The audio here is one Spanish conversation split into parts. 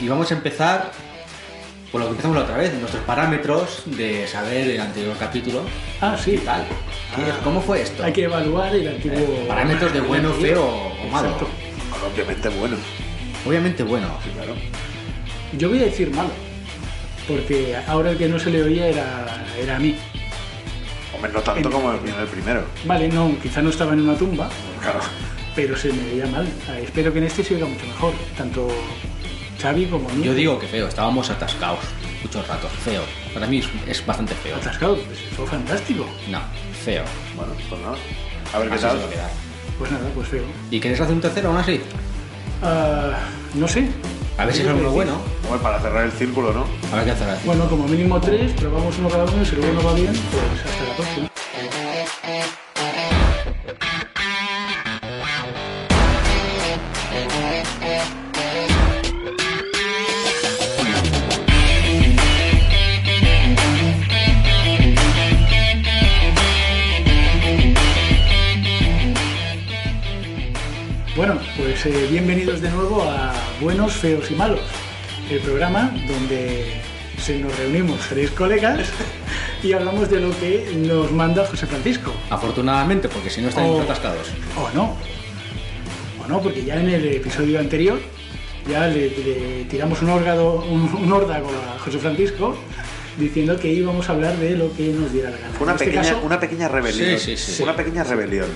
Y vamos a empezar por lo que empezamos la otra vez, nuestros parámetros de saber el anterior capítulo. Ah, sí. ¿Qué tal? ¿Qué- Ah. ¿Cómo fue esto? Hay que evaluar el antiguo. Eh, Parámetros de bueno, feo o malo. Exacto. Obviamente bueno, Obviamente bueno. claro. Yo voy a decir malo. Porque ahora el que no se le oía era, era a mí. Hombre, no tanto como el el primero. Vale, no, quizá no estaba en una tumba, Claro. pero se me veía mal. A ver, espero que en este se oiga mucho mejor, tanto Xavi como a mí. Yo digo que feo, estábamos atascados muchos ratos. Feo. Para mí es, es bastante feo. Atascado, pues eso fantástico. No, feo. Bueno, pues no. A ver qué Así se va a tal. quedar. Pues nada, pues feo. ¿Y querés hacer un tercero aún así? Ah, no sé. A ver si es Yo uno creo que bueno. Hombre, para cerrar el círculo, ¿no? A ver qué hacer así. Bueno, como mínimo tres, probamos uno cada uno y si luego no va bien, pues hasta la próxima. Bueno, pues eh, bienvenidos de nuevo a Buenos, Feos y Malos, el programa donde se nos reunimos tres colegas y hablamos de lo que nos manda José Francisco. Afortunadamente, porque si no estáis O- atascados. O no. O no, porque ya en el episodio anterior ya le, le tiramos un, órgado, un, un órdago a José Francisco diciendo que íbamos a hablar de lo que nos diera la gana. Fue una, En este pequeña, caso, una pequeña rebelión. Sí, sí, sí. Una pequeña rebelión.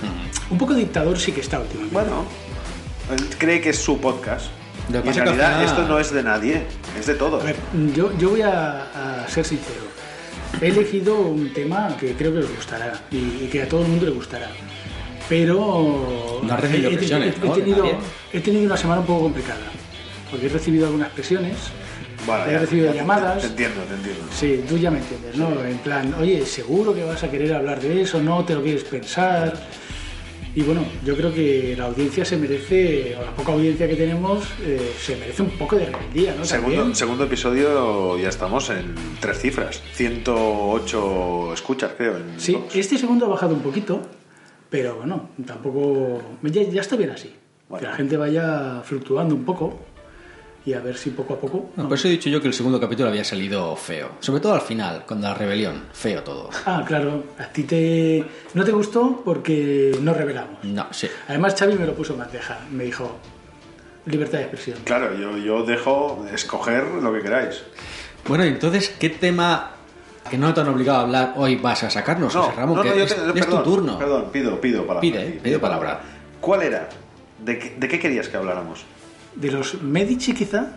un poco dictador sí que está últimamente. Bueno, él cree que es su podcast. Lo que Y en pasa que al realidad final- esto no es de nadie, es de todos. A ver, yo, yo voy a, a ser sincero. He elegido un tema que creo que os gustará y, y que a todo el mundo le gustará. Pero No has recibido he- he- presiones, he- ¿no? he, tenido, Nadie. he tenido una semana un poco complicada, porque he recibido algunas presiones, Bueno, he ya- recibido ya te- llamadas. Te, entiendo, te entiendo. Sí, tú ya me entiendes, ¿no? En plan, oye, seguro que vas a querer hablar de eso, no te lo quieres pensar. Y bueno, yo creo que la audiencia se merece, o la poca audiencia que tenemos, eh, se merece un poco de rebeldía, ¿no? Segundo, También. segundo episodio ya estamos en tres cifras. 108 escuchas, creo. en Sí, todos. este segundo ha bajado un poquito, pero bueno, tampoco. Ya, ya está bien así. Bueno. Que la gente vaya fluctuando un poco y a ver si poco a poco. No, por eso he dicho yo que el segundo capítulo había salido feo. Sobre todo al final, con la rebelión. Feo todo. Ah, claro, a ti te. No te gustó porque no revelamos. No, sí. Además, Xavi me lo puso en bandeja. Me dijo: libertad de expresión. Claro, yo, yo dejo escoger lo que queráis. Bueno, y entonces, ¿qué tema que no te han obligado a hablar hoy vas a sacarnos, José Ramón? que yo es, te- es tu turno. Perdón, pido, pido palabra. Pide, eh, Sí, pide palabra. ¿Cuál era? ¿De qué, de qué querías que habláramos? De los Medici, quizá.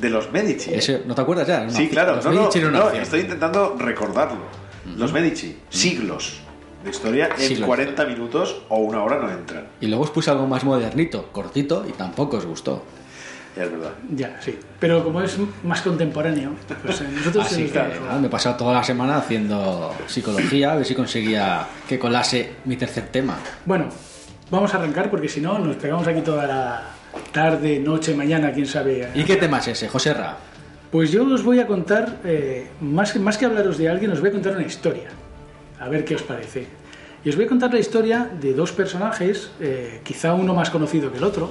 De los Medici. ¿eh? Ese- ¿No te acuerdas ya? Era una sí, opción. claro. Los No, Medici no, era una no, opción. estoy intentando recordarlo. Los Medici, siglos de historia, en Siglos. 40 minutos o una hora no entran. Y luego os puse algo más modernito, cortito, y tampoco os gustó. Es verdad. Ya, sí. Pero como es más contemporáneo, pues eh, nosotros. Así nos que quedamos- nada, me he pasado toda la semana haciendo psicología, a ver si conseguía que colase mi tercer tema. Bueno, vamos a arrancar porque si no nos pegamos aquí toda la tarde, noche, mañana, quién sabe. ¿Y qué tema es ese, José Ra? Pues yo os voy a contar, eh, más, que- más que hablaros de alguien, os voy a contar una historia. A ver qué os parece. Y os voy a contar la historia de dos personajes, eh, quizá uno más conocido que el otro,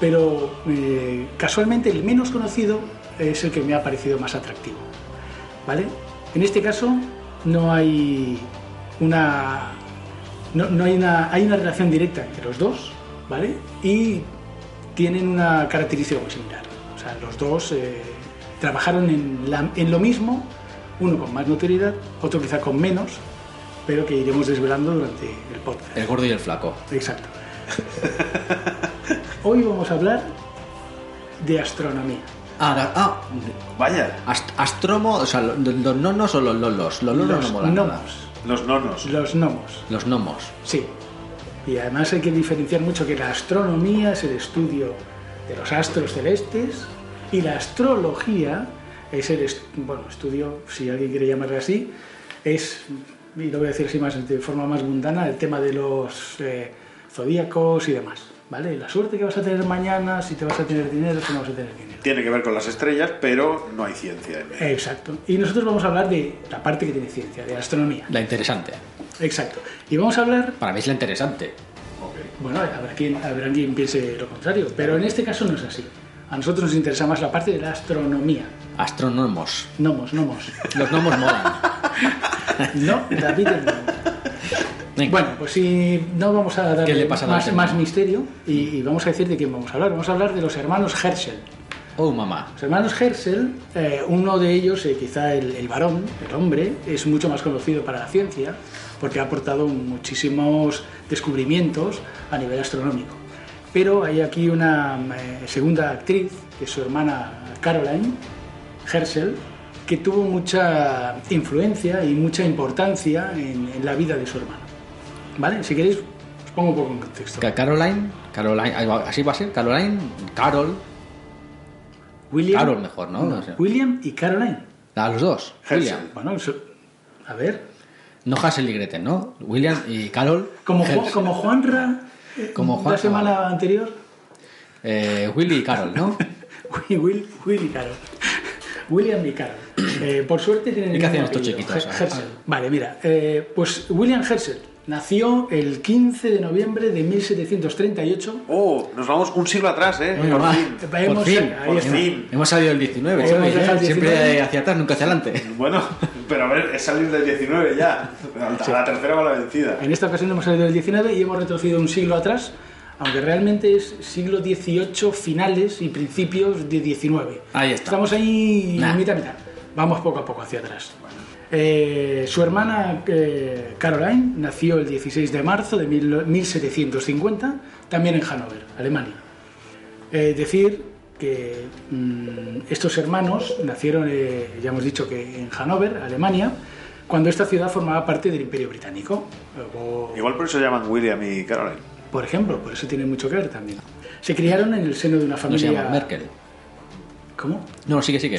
pero eh, casualmente el menos conocido es el que me ha parecido más atractivo. ¿Vale? En este caso no hay una. No, no hay una. hay una relación directa entre los dos, ¿vale? Y tienen una característica muy similar. O sea, los dos eh, trabajaron en, la- en lo mismo, uno con más notoriedad, otro quizá con menos, pero que iremos desvelando durante el podcast. El gordo y el flaco. Exacto. Hoy vamos a hablar de astronomía. Ah, la- ah, Vaya, ast- astromo, o sea, lo- lo- los nonos o los lolos. Los lolos los no molan nada. gnomos. los nonos. Los gnomos, Los gnomos. sí. Y además hay que diferenciar mucho que la astronomía es el estudio de los astros celestes Y la astrología es el est- bueno, estudio, si alguien quiere llamarlo así, es, y lo voy a decir así más, de forma más mundana, el tema de los eh, zodíacos y demás. ¿Vale? La suerte que vas a tener mañana, si te vas a tener dinero, si no vas a tener dinero. Tiene que ver con las estrellas, pero no hay ciencia en ello. Exacto. Y nosotros vamos a hablar de la parte que tiene ciencia, de la astronomía. La interesante. Exacto. Y vamos a hablar Para mí es la interesante. Bueno, habrá quien, habrá quien piense lo contrario, pero en este caso no es así. A nosotros nos interesa más la parte de la astronomía. Astrónomos. Nomos, nomos. Los gnomos molan. No, David el gnomo. Venga. Bueno, pues si no vamos a ¿Qué darle le pasa a David más, el más gnomo? misterio y, y vamos a decir de quién vamos a hablar. Vamos a hablar de los hermanos Herschel. Oh, mamá. Los hermanos Herschel, eh, uno de ellos, eh, quizá el, el varón, el hombre, es mucho más conocido para la ciencia porque ha aportado muchísimos descubrimientos a nivel astronómico. Pero hay aquí una eh, segunda actriz, que es su hermana Caroline Herschel, que tuvo mucha influencia y mucha importancia en, en la vida de su hermana. ¿Vale? Si queréis, os pongo un poco en contexto. Ca- Caroline. Caroline. ahí va- Así va a ser. Caroline. Carol. William, Carol mejor, ¿no? No sé. William y Caroline. A los dos. Herschel. William. Bueno, eso- a ver, No Hassel y Gretel, ¿no? William y Carol. Como, Ju- Herschel. como Juanra eh, Como Juan- la semana anterior. Eh, Willy y Carol, ¿no? Will, Will, Will y Carol. William y Carol. Eh, por suerte tienen el ¿Y qué hacían mismo estos apellido, chiquitos? Ah. Her- Herschel. Vale, mira. eh, pues William Herschel nació el 15 de noviembre de 1738. Oh, nos vamos un siglo atrás, ¿eh? Bueno, Por va. fin. Hemos- por fin. ahí por está. fin. Hemos salido del 19, Hemos Xavi, ¿eh? dejado el Siempre 19. hacia atrás, nunca hacia adelante. Bueno, pero a ver, es salir del 19 ya. A la tercera va la vencida. En esta ocasión hemos salido del 19 y hemos retrocedido un siglo atrás, aunque realmente es siglo XVIII finales y principios de XIX. Ahí está. Estamos ahí Nah. mitad mitad. Vamos poco a poco hacia atrás. Eh, su hermana eh, Caroline nació el 16 de marzo de mil- 1750, también en Hannover, Alemania. Eh, decir que mm, estos hermanos nacieron, eh, ya hemos dicho que en Hannover, Alemania, cuando esta ciudad formaba parte del Imperio Británico. Luego, Igual por eso llaman William y Caroline. por ejemplo, por eso tiene mucho que ver también. Se criaron en el seno de una No se familia. llama Merkel. ¿Cómo? No, sigue, sigue.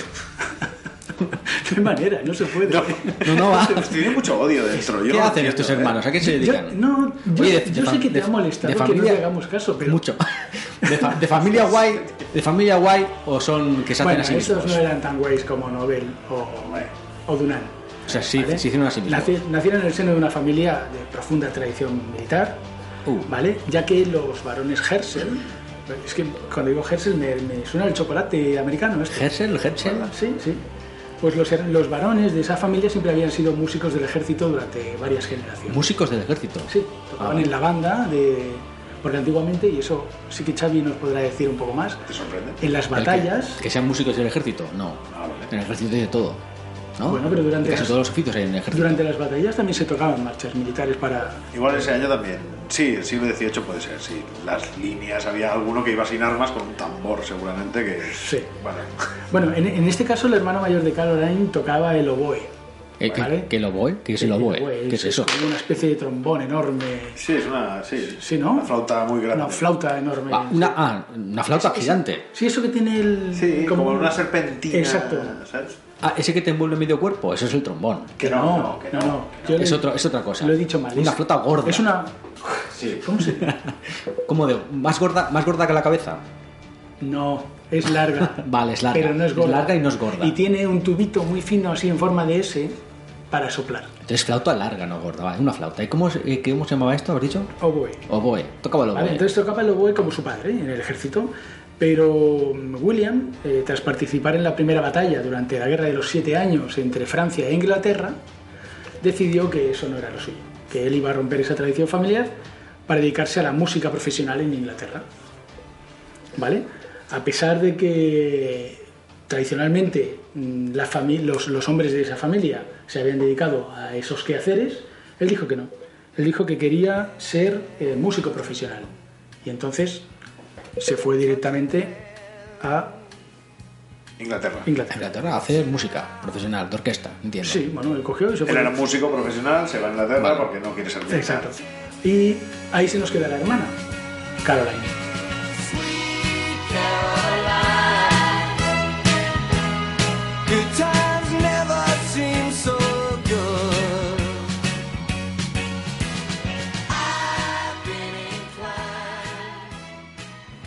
No hay manera, no se puede. No, no, va. Pues tiene mucho odio dentro. ¿Qué yo lo hacen entiendo, estos ¿eh? hermanos? ¿A qué se Yo, dedican? no, yo, Oye, de- yo de sé fam- que te de- ha molestado de que no familia- le hagamos caso, pero. Mucho. De, fa- de familia guay, de familia guay o son que se hacen Bueno, a sí estos mismos. no eran tan guays como Nobel o, eh, o Dunant. O sea, sí, ¿vale? se hicieron a sí mismos. Naci- Nacieron en el seno de una familia de profunda tradición militar, Uh. ¿vale? Ya que los varones Herschel, es que cuando digo Herschel me, me suena el chocolate americano este. Herschel, Herschel. Sí, sí. Pues los, her- los varones de esa familia siempre habían sido músicos del ejército durante varias generaciones. Músicos del ejército. Sí, tocaban Ah, en la banda de... Porque antiguamente, y eso sí que Xavi nos podrá decir un poco más, ¿Te sorprende? en las ¿El qué? batallas... Que sean músicos del ejército. No. Ah, vale. En el ejército hay de todo. ¿no? Bueno, pero durante Casi las- todos los oficios hay en el ejército. Durante las batallas también se tocaban marchas militares para... Igual ese año también. Sí, el siglo XVIII puede ser, sí. Las líneas, había alguno que iba sin armas con un tambor, seguramente, que... Sí. Bueno, Bueno, en, en este caso el hermano mayor de Caroline tocaba el oboe. Eh, que- ¿vale? que lo voy? ¿Qué es el oboe? ¿Qué es eso? como Una especie de trombón enorme. sí, es una... Sí, Sí, ¿no? Una flauta muy grande. Una flauta enorme. Ah, una, ah, una flauta gigante. Sí, eso que tiene el... Sí, como, un- una serpentina. Exacto. ¿sabes? Ah, ese que te envuelve medio cuerpo, eso es el trombón. Que no, no, no. Yo Es, le- otro- es otra cosa. Lo he dicho mal. Una es- flauta gorda. Es una... Sí. ¿Cómo se Como de. Más gorda, más gorda que la cabeza. No, es larga. Vale, es larga. Pero no es gorda. larga y no es gorda. Y tiene un tubito muy fino así en forma de S para soplar. Entonces, flauta larga, no gorda, vale, una flauta. ¿Y cómo, es- eh, qué- cómo se llamaba esto, has dicho? Oboe. Oboe. Tocaba el oboe. Vale, entonces tocaba el oboe como su padre en el ejército. Pero mm, William, eh, tras participar en la primera batalla durante la Guerra de los Siete Años entre Francia e Inglaterra, decidió que eso no era lo suyo, que él iba a romper esa tradición familiar para dedicarse a la música profesional en Inglaterra. ¿Vale? A pesar de que tradicionalmente mm, la fami- los, los hombres de esa familia se habían dedicado a esos quehaceres, él dijo que no. Él dijo que quería ser eh, músico profesional. Y entonces se fue directamente a Inglaterra. Inglaterra. Inglaterra, hacer música profesional, de orquesta, entiendo. Sí, bueno, él cogió y se Él fue. era un músico profesional, se va a Inglaterra Vale. porque no quiere ser militar. Exacto. Y ahí se nos queda la hermana, Caroline. Caroline,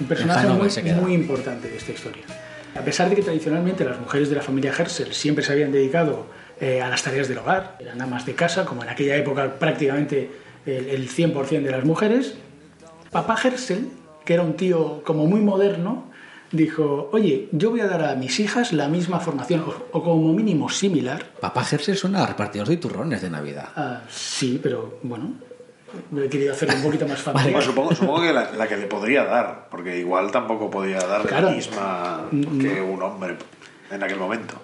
personaje Hanover muy, se queda. muy importante de esta historia. A pesar de que tradicionalmente las mujeres de la familia Herschel siempre se habían dedicado eh, a las tareas del hogar, eran amas de casa, como en aquella época prácticamente el, el 100% de las mujeres, papá Herschel, que era un tío como muy moderno, dijo, oye, yo voy a dar a mis hijas la misma formación, o, o como mínimo similar, Papá Herschel suena a repartidor de turrones de Navidad. Ah, sí, pero bueno, lo he querido hacer un poquito más familiar. Bueno, supongo, supongo que la, la que le podría dar, porque igual tampoco podía dar Claro. Mm, la misma que un hombre en aquel momento.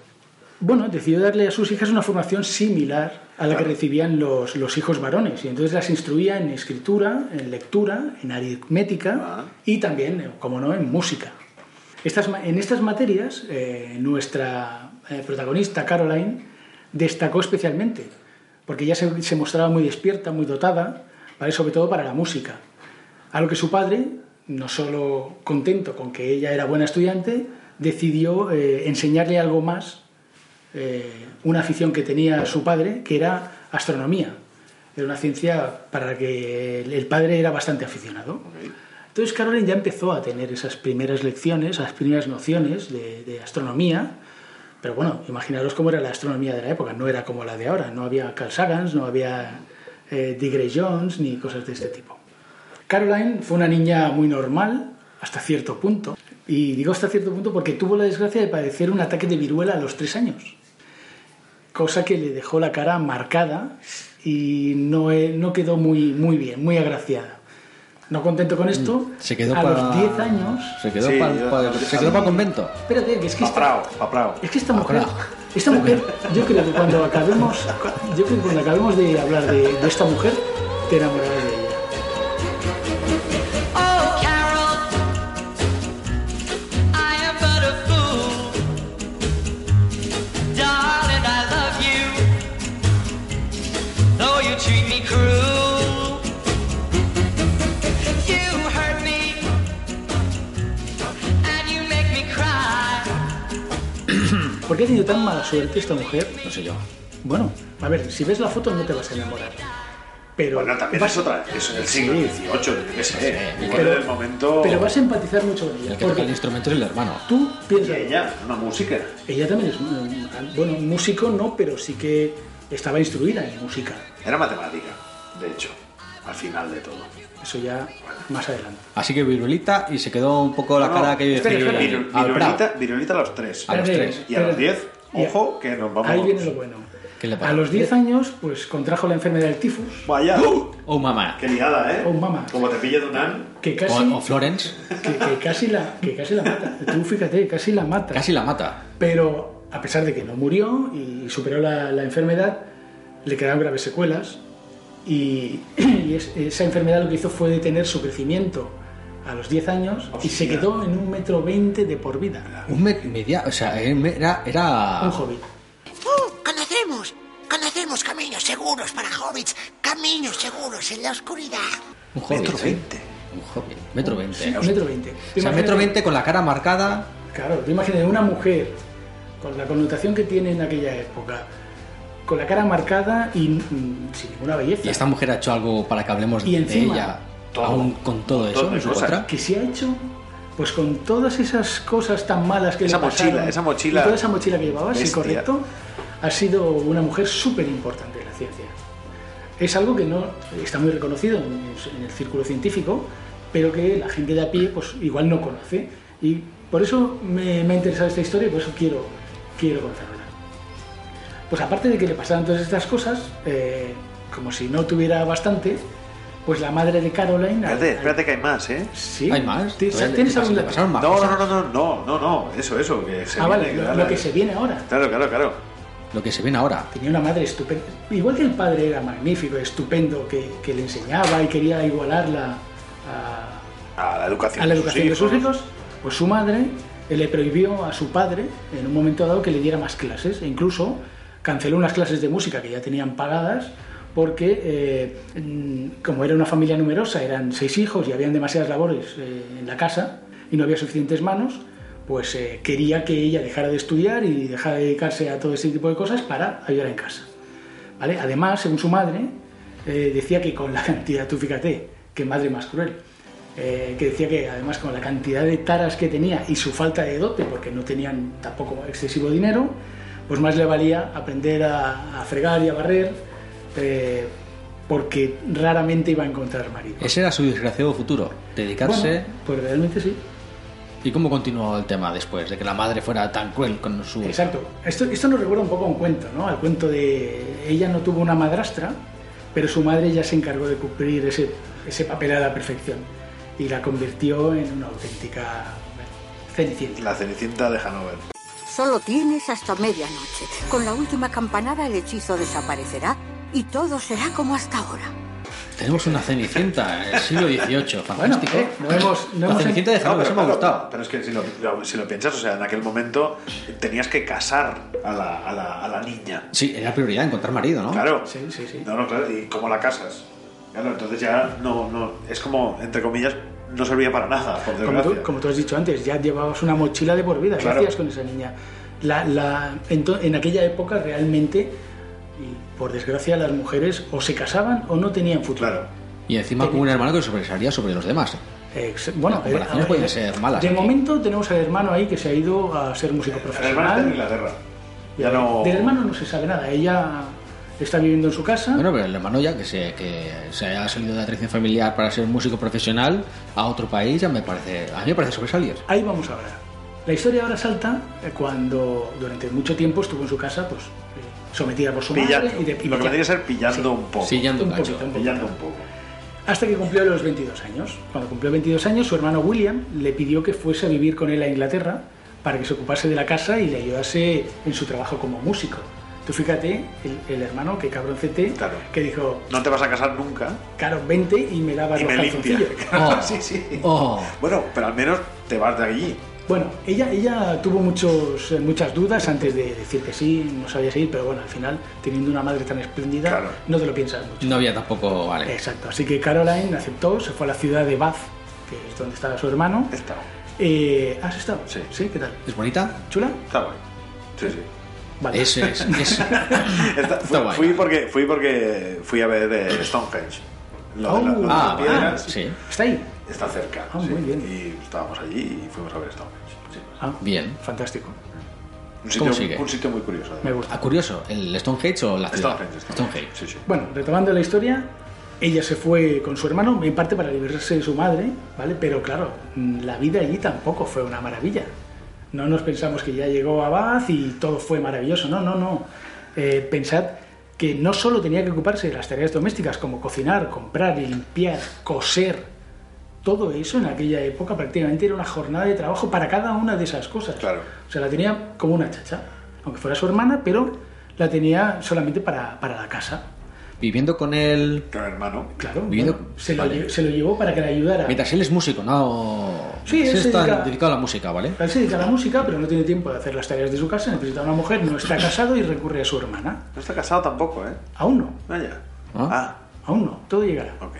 Bueno, decidió darle a sus hijas una formación similar a la que Claro. recibían los, los hijos varones. Y entonces las instruía en escritura, en lectura, en aritmética Ah. y también, eh, como no, en música. Estas ma- en estas materias, eh, nuestra eh, protagonista, Caroline, destacó especialmente, porque ella se, se mostraba muy despierta, muy dotada, ¿vale? sobre todo para la música. A lo que su padre, no solo contento con que ella era buena estudiante, decidió eh, enseñarle algo más eh, una afición que tenía su padre, que era astronomía. Era una ciencia para la que el- el padre era bastante aficionado. Entonces Caroline ya empezó a tener esas primeras lecciones, las primeras nociones de, de astronomía. Pero bueno, imaginaros cómo era la astronomía de la época, no era como la de ahora. No había Carl Sagans, no había eh, D. Gray Jones ni cosas de este tipo. Caroline fue una niña muy normal hasta cierto punto. Y digo hasta cierto punto porque tuvo la desgracia de padecer un ataque de viruela a los tres años. Cosa que le dejó la cara marcada y no, eh, no quedó muy, muy bien, muy agraciada. No contento con esto, Mm. Se quedó a para. los 10 años... Se quedó Sí, para yo- se quedó pa' convento. Espérate, que es que esta, Paprao, paprao. es que esta mujer... Ahora. Esta mujer, yo creo que cuando acabemos, yo creo que cuando acabemos de hablar de, de esta mujer, te enamorarás de ella. Oh, Carol, I am but a fool. Darling, I love you. Though you treat me cruel, you hurt me, and you make me cry. ¿Por qué ha tenido tan mala suerte esta mujer? No sé yo. Bueno, a ver, si ves la foto no te vas a enamorar. Pero Bueno, también vas, es otra, es en el siglo XVIII, yo qué sé. Igual pero- en el momento. pero vas a empatizar mucho con El ella. que toca el Porque instrumento es el hermano. tú Y piensas, ella? ella, una música. también es, mm, bueno, músico no, pero sí que estaba instruida en música. Era matemática, de hecho, al final de todo. Eso ya más adelante. Así que virulita y se quedó un poco la No, cara no, que yo espera, decía, espera. Viru- al Virulita, Prado. virulita a los tres. A los Espérate, tres. Y a los espérate. 10, Y a- ojo, que nos vamos. Ahí viene lo bueno. ¿Qué le pasa? a los 10 años, pues contrajo la enfermedad del tifus, Vaya, Oh mamá. qué liada, ¿eh? ¡Uh! Oh, mamá. Como te pilla Dunan. que O, casi, o Florence que, que casi la, que casi la mata. Tú fíjate, casi la mata. casi la mata. Pero a pesar de que no murió y superó la, la enfermedad, le quedaron graves secuelas y, y es- esa enfermedad lo que hizo fue detener su crecimiento a los 10 años y se Hostia. quedó en un metro 20 de por vida. Un me- media, o sea, eh, era era Un hobbit. ¡Oh! ¡Conocemos! Conocemos caminos seguros para hobbits, caminos seguros en la oscuridad. un hobbit, Metro ¿eh? veinte. Un hobbit, metro 20. Sí, un metro 20. O sea, metro 20 con la cara marcada. Claro, tú imagínate una mujer con la connotación que tiene en aquella época, con la cara marcada y mm, sin ninguna belleza. Y esta mujer ha hecho algo para que hablemos Y de encima, ella. todo, aún con todo eso montón de en su cosas. contra. que se ha hecho pues con todas esas cosas tan malas que Esa le pasaron, mochila, esa mochila. y toda esa mochila que llevaba, sí, Bestia. correcto, ha sido una mujer súper importante en la ciencia. Es algo que no está muy reconocido en, en el círculo científico, pero que la gente de a pie pues igual no conoce. Y por eso me, me ha interesado esta historia y por eso quiero, quiero contarla. Pues aparte de que le pasaran todas estas cosas, eh, como si no tuviera bastante, pues la madre de Caroline... al- Espérate, al- espérate que hay más, ¿eh? Sí. Hay más. ¿Tienes, Todavía le- tienes le algún pasaron- le pasaron dato? No, más no, cosas. no, no, no, no, no, eso, eso, que se Ah, viene, vale, que lo, dale. lo que se viene ahora. Claro, claro, claro. Lo que se viene ahora. Tenía una madre estupenda. Igual que el padre era magnífico, estupendo, que, que le enseñaba y quería igualarla a, A la educación, a la de sus educación de sus hijos. hijos, pues su madre eh, le prohibió a su padre en un momento dado que le diera más clases e incluso canceló unas clases de música que ya tenían pagadas porque eh, mm, como era una familia numerosa, eran seis hijos y habían demasiadas labores eh, en la casa y no había suficientes manos, pues eh, quería que ella dejara de estudiar y dejara de dedicarse a todo ese tipo de cosas para ayudar en casa. ¿vale? Además, según su madre, eh, decía que con la cantidad, tú fíjate, qué madre más cruel, eh, que decía que además con la cantidad de taras que tenía y su falta de dote, porque no tenían tampoco excesivo dinero, pues más le valía aprender a, a fregar y a barrer, eh, porque raramente iba a encontrar marido. Ese era su desgraciado futuro, dedicarse. Bueno, pues realmente sí. ¿Y cómo continuó el tema después de que la madre fuera tan cruel con su... Exacto. Esto, esto nos recuerda un poco a un cuento, ¿no? Al cuento de ella no tuvo una madrastra, pero su madre ya se encargó de cumplir ese, ese papel a la perfección y la convirtió en una auténtica bueno, cenicienta. La Cenicienta de Hanover. Solo tienes hasta medianoche. Con la última campanada el hechizo desaparecerá y todo será como hasta ahora. Tenemos una cenicienta en el siglo XVIII, Bueno, fantástico. eh, no hemos, no la hemos- cenicienta de Hanover, eso me ha claro, gustado. pero es que si lo, lo- si lo piensas, o sea, en aquel momento tenías que casar a la, a la, a la niña. Sí, era prioridad encontrar marido, ¿no? Claro. Sí, sí, sí. No, no, claro. ¿Y cómo la casas? Claro, entonces ya no, no. Es como, entre comillas, no servía para nada, por Como desgracia. tú, como tú has dicho antes, ya llevabas una mochila de por vida. ¿Qué Claro. hacías con esa niña? La, la- ento- en aquella época realmente, y por desgracia, las mujeres o se casaban o no tenían futuro. Claro. Y encima con un hermano que sobresalía sobre los demás. Ex- bueno, Las comparaciones eh, pueden ser malas, De ¿no? momento tenemos al hermano ahí que se ha ido a ser músico La hermana está en profesional. Inglaterra. Ya no. Del hermano no se sabe nada. Ella está viviendo en su casa. Bueno, pero el hermano ya que se, que se haya salido de la tradición familiar para ser músico profesional a otro país, ya me parece, a mí me parece sobresalir. Ahí vamos ahora. La historia ahora salta eh, cuando durante mucho tiempo estuvo en su casa, pues eh, sometida por su Pillando. madre y de y Lo que pillando. vendría a ser pillando un poco. Sí, ya ando Un cacho. poquito, un poquito. Pillando un poco. Hasta que cumplió los 22 años. Cuando cumplió 22 años, su hermano William le pidió que fuese a vivir con él a Inglaterra para que se ocupase de la casa y le ayudase en su trabajo como músico. Tú fíjate, el, el hermano, que cabroncete, Claro. que dijo, No te vas a casar nunca. caro, vente y me lavas Y los me limpia. calzoncillos. Oh. sí, sí. Oh, Bueno, pero al menos te vas de allí. Bueno, ella, ella tuvo muchos, eh, muchas dudas antes de decir que sí, no sabía seguir, pero bueno, al final, teniendo una madre tan espléndida, Claro. no te lo piensas mucho. no había tampoco, vale. Exacto, así que Caroline aceptó, se fue a la ciudad de Bath, que es donde estaba su hermano. Está, Eh, ¿Has estado? Sí. ¿qué tal? ¿Es bonita? ¿Chula? está guay. Sí, sí. Vale. Ese es, es. Está- fui, guay. fui porque, fui porque fui a ver eh, Stonehenge. Lo de la- lo de Oh. las Ah, vale, piedras sí. ¿Está ahí? está cerca. Ah, sí. muy bien. Y estábamos allí y fuimos a ver Stonehenge. sí. Ah, Bien. Fantástico. ¿Cómo Un, sitio, sigue? un sitio muy curioso. además. Me Ah, gusta. curioso, ¿el Stonehenge o la ciudad? Stonehenge. Stonehenge. Sí, sí. Bueno, retomando la historia, ella se fue con su hermano, en parte para librarse de su madre, ¿vale? Pero claro, mm, la vida allí tampoco fue una maravilla. No nos pensamos que ya llegó a Bath y todo fue maravilloso. No, no, no. Eh, pensad que no solo tenía que ocuparse de las tareas domésticas como cocinar, comprar, limpiar, coser. Todo eso en aquella época prácticamente era una jornada de trabajo para cada una de esas cosas. Claro. O sea, la tenía como una chacha, aunque fuera su hermana, pero la tenía solamente para, para la casa. Viviendo con él... Con el hermano. Claro, Viviendo- bueno, se, lo vale. lle- se lo llevó para que le ayudara. Mientras él es músico, ¿no? Sí, Él él se está dedica- dedicado a la música, ¿vale? Él se dedica a la música, pero no tiene tiempo de hacer las tareas de su casa, necesita una mujer, no está casado y recurre a su hermana. No está casado tampoco, ¿eh? Aún no, Vaya. Ah. Ah, aún no, todo llegará. ok.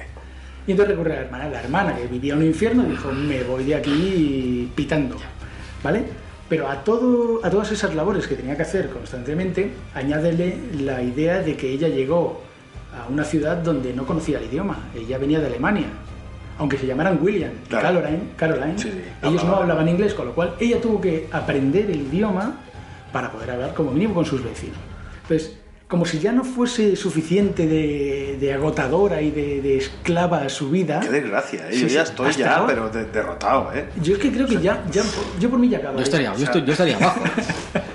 Y entonces recurre a la hermana. La hermana, que vivía en un infierno, dijo, me voy de aquí pitando, ¿vale? Pero a, todo, a todas esas labores que tenía que hacer constantemente, añádele la idea de que ella llegó a una ciudad donde no conocía el idioma. Ella venía de Alemania. Aunque se llamaran William, y Claro. Caroline, Caroline Sí, sí. ellos no Hablaban. hablaban inglés, con lo cual ella tuvo que aprender el idioma para poder hablar como mínimo con sus vecinos. Entonces, como si ya no fuese suficiente de, de agotadora y de, de esclava a su vida, Qué desgracia, ¿eh? Sí, yo ya sí. estoy Hasta ya, ahora. pero de- derrotado, ¿eh? yo es que creo que ya, ya yo por mí ya acabo. Yo estaría, yo, estoy- yo estaría abajo.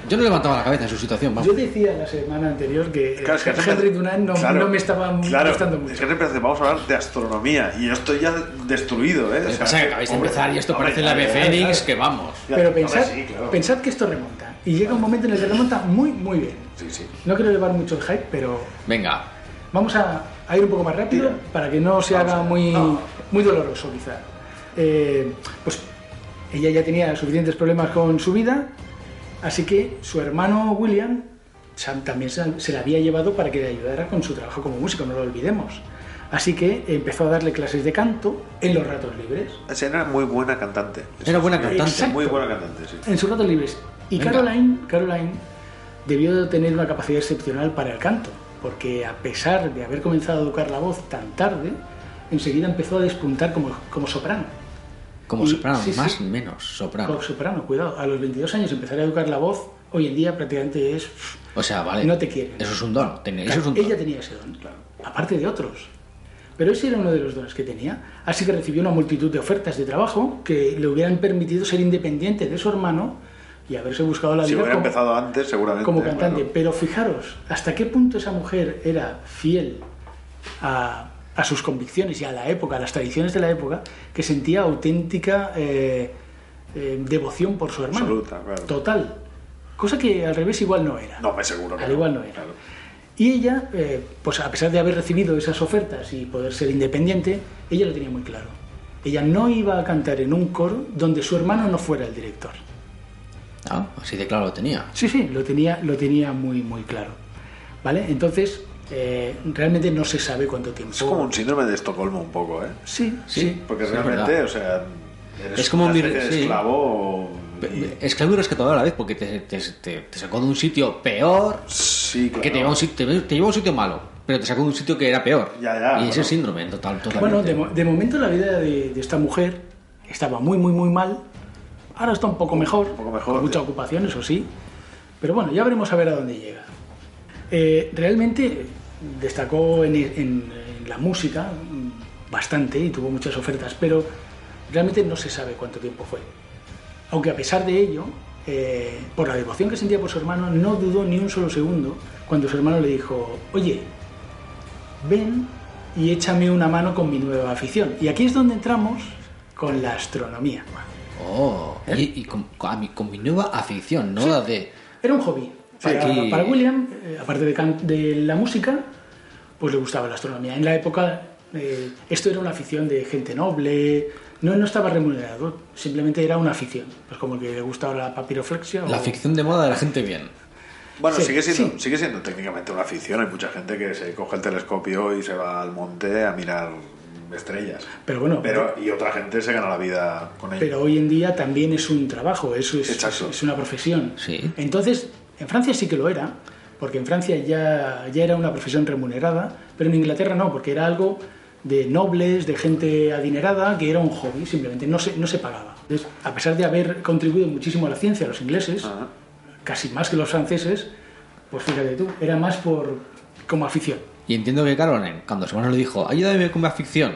Yo no levantaba la cabeza en su situación, vamos. Yo decía la semana anterior que eh, Henry Dunant no, claro, no me estaba claro, gustando Es mucho. que empecé- vamos a hablar de astronomía y yo estoy ya destruido, ¿eh? O Lo que sea, pasa es que acabáis de hombre, empezar y esto hombre, parece la ya, ave ya, Fénix, ya. que vamos. Pero Ahora pensad, sí, claro. pensad que esto remonta. Y llega un momento en el que remonta muy, muy bien. Sí, sí. No quiero elevar mucho el hype, pero Venga, Vamos a, a ir un poco más rápido Tira. para que no se Vamos haga a ver. muy, No. muy doloroso, quizá. Eh, pues ella ya tenía suficientes problemas con su vida, así que su hermano William Sam también se, se la había llevado para que le ayudara con su trabajo como músico, no lo olvidemos. Así que empezó a darle clases de canto en los ratos libres. O sea, Era muy buena cantante. Era buena Sí, cantante. sí, Muy buena cantante, sí. en sus ratos libres. Y Venga. Caroline, Caroline debió de tener una capacidad excepcional para el canto, porque a pesar de haber comenzado a educar la voz tan tarde, enseguida empezó a despuntar como, como soprano. Como Y- soprano, sí, sí. más menos soprano. Como soprano, cuidado. A los 22 años empezar a educar la voz, hoy en día prácticamente es. O sea, vale. No te quieren. Eso es un don. ten- Eso es un don. Ella tenía ese don, claro. Aparte de otros. Pero ese era uno de los dones que tenía. Así que recibió una multitud de ofertas de trabajo que le hubieran permitido ser independiente de su hermano y haberse buscado la Si vida hubiera como, empezado antes, seguramente. como cantante. bueno. Pero fijaros, hasta qué punto esa mujer era fiel a, a sus convicciones y a la época, a las tradiciones de la época, que sentía auténtica eh, eh, devoción por su hermano. Absoluta, claro. Total. Cosa que al revés igual no era. No, me seguro que Al no, igual no era. claro. Y ella, eh, pues a pesar de haber recibido esas ofertas y poder ser independiente, ella lo tenía muy claro. Ella no iba a cantar en un coro donde su hermano no fuera el director. Ah, así de claro lo tenía. Sí, sí, lo tenía, lo tenía muy, muy claro. ¿Vale? Entonces, eh, realmente no se sabe cuánto tiempo. Es como un síndrome de Estocolmo, un poco, ¿eh? Sí, sí. Sí. Porque es realmente, verdad. o sea. Eres Es como una mi- especie de sí. esclavo. o- Pe- y- pe- Esclavo y rescatador a la vez, porque te, te- te- te sacó de un sitio peor. Sí, claro. Que te llevó, a un sitio, te, te llevó a un sitio malo, pero te sacó de un sitio que era peor. Ya, ya, y ese bueno. síndrome, en total, totalmente. Bueno, de, mo- de momento la vida de, de esta mujer estaba muy, muy, muy mal. Ahora está un poco mejor. poco mejor, Con mucha sí. ocupación, eso sí. Pero bueno, ya veremos a ver a dónde llega. Eh, realmente destacó en, en- en la música mm, bastante y tuvo muchas ofertas, pero realmente no se sabe cuánto tiempo fue. Aunque a pesar de ello, eh, por la devoción que sentía por su hermano, no dudó ni un solo segundo cuando su hermano le dijo, oye, ven y échame una mano con mi nueva afición. Y aquí es donde entramos con la astronomía. Oh, y, y con, con- a mi, con mi nueva afición, no la de. Era un hobby. Sí, Para, aquí- para William, eh, aparte de, can- de la música, pues le gustaba la astronomía. En la época eh, esto era una afición de gente noble, no, no estaba remunerado, simplemente era una afición. Pues como que le gustaba la papiroflexia. o- La ficción de moda de la gente bien. Bueno, Sí, sigue, siendo, sí. sigue siendo técnicamente una afición. Hay mucha gente que se coge el telescopio y se va al monte a mirar estrellas. Pero bueno, Pero, y otra gente se gana la vida con ello. pero hoy en día también es un trabajo, eso es, Exacto. es una profesión. Sí. Entonces, en Francia sí que lo era, porque en Francia ya, ya era una profesión remunerada, pero en Inglaterra no, porque era algo de nobles, de gente adinerada, que era un hobby, simplemente no se, no se pagaba. Entonces, a pesar de haber contribuido muchísimo a la ciencia, los ingleses, Ajá. casi más que los franceses, pues fíjate tú, era más por como afición. Y entiendo que Caroline, cuando su hermano le dijo, ayúdame con mi afición,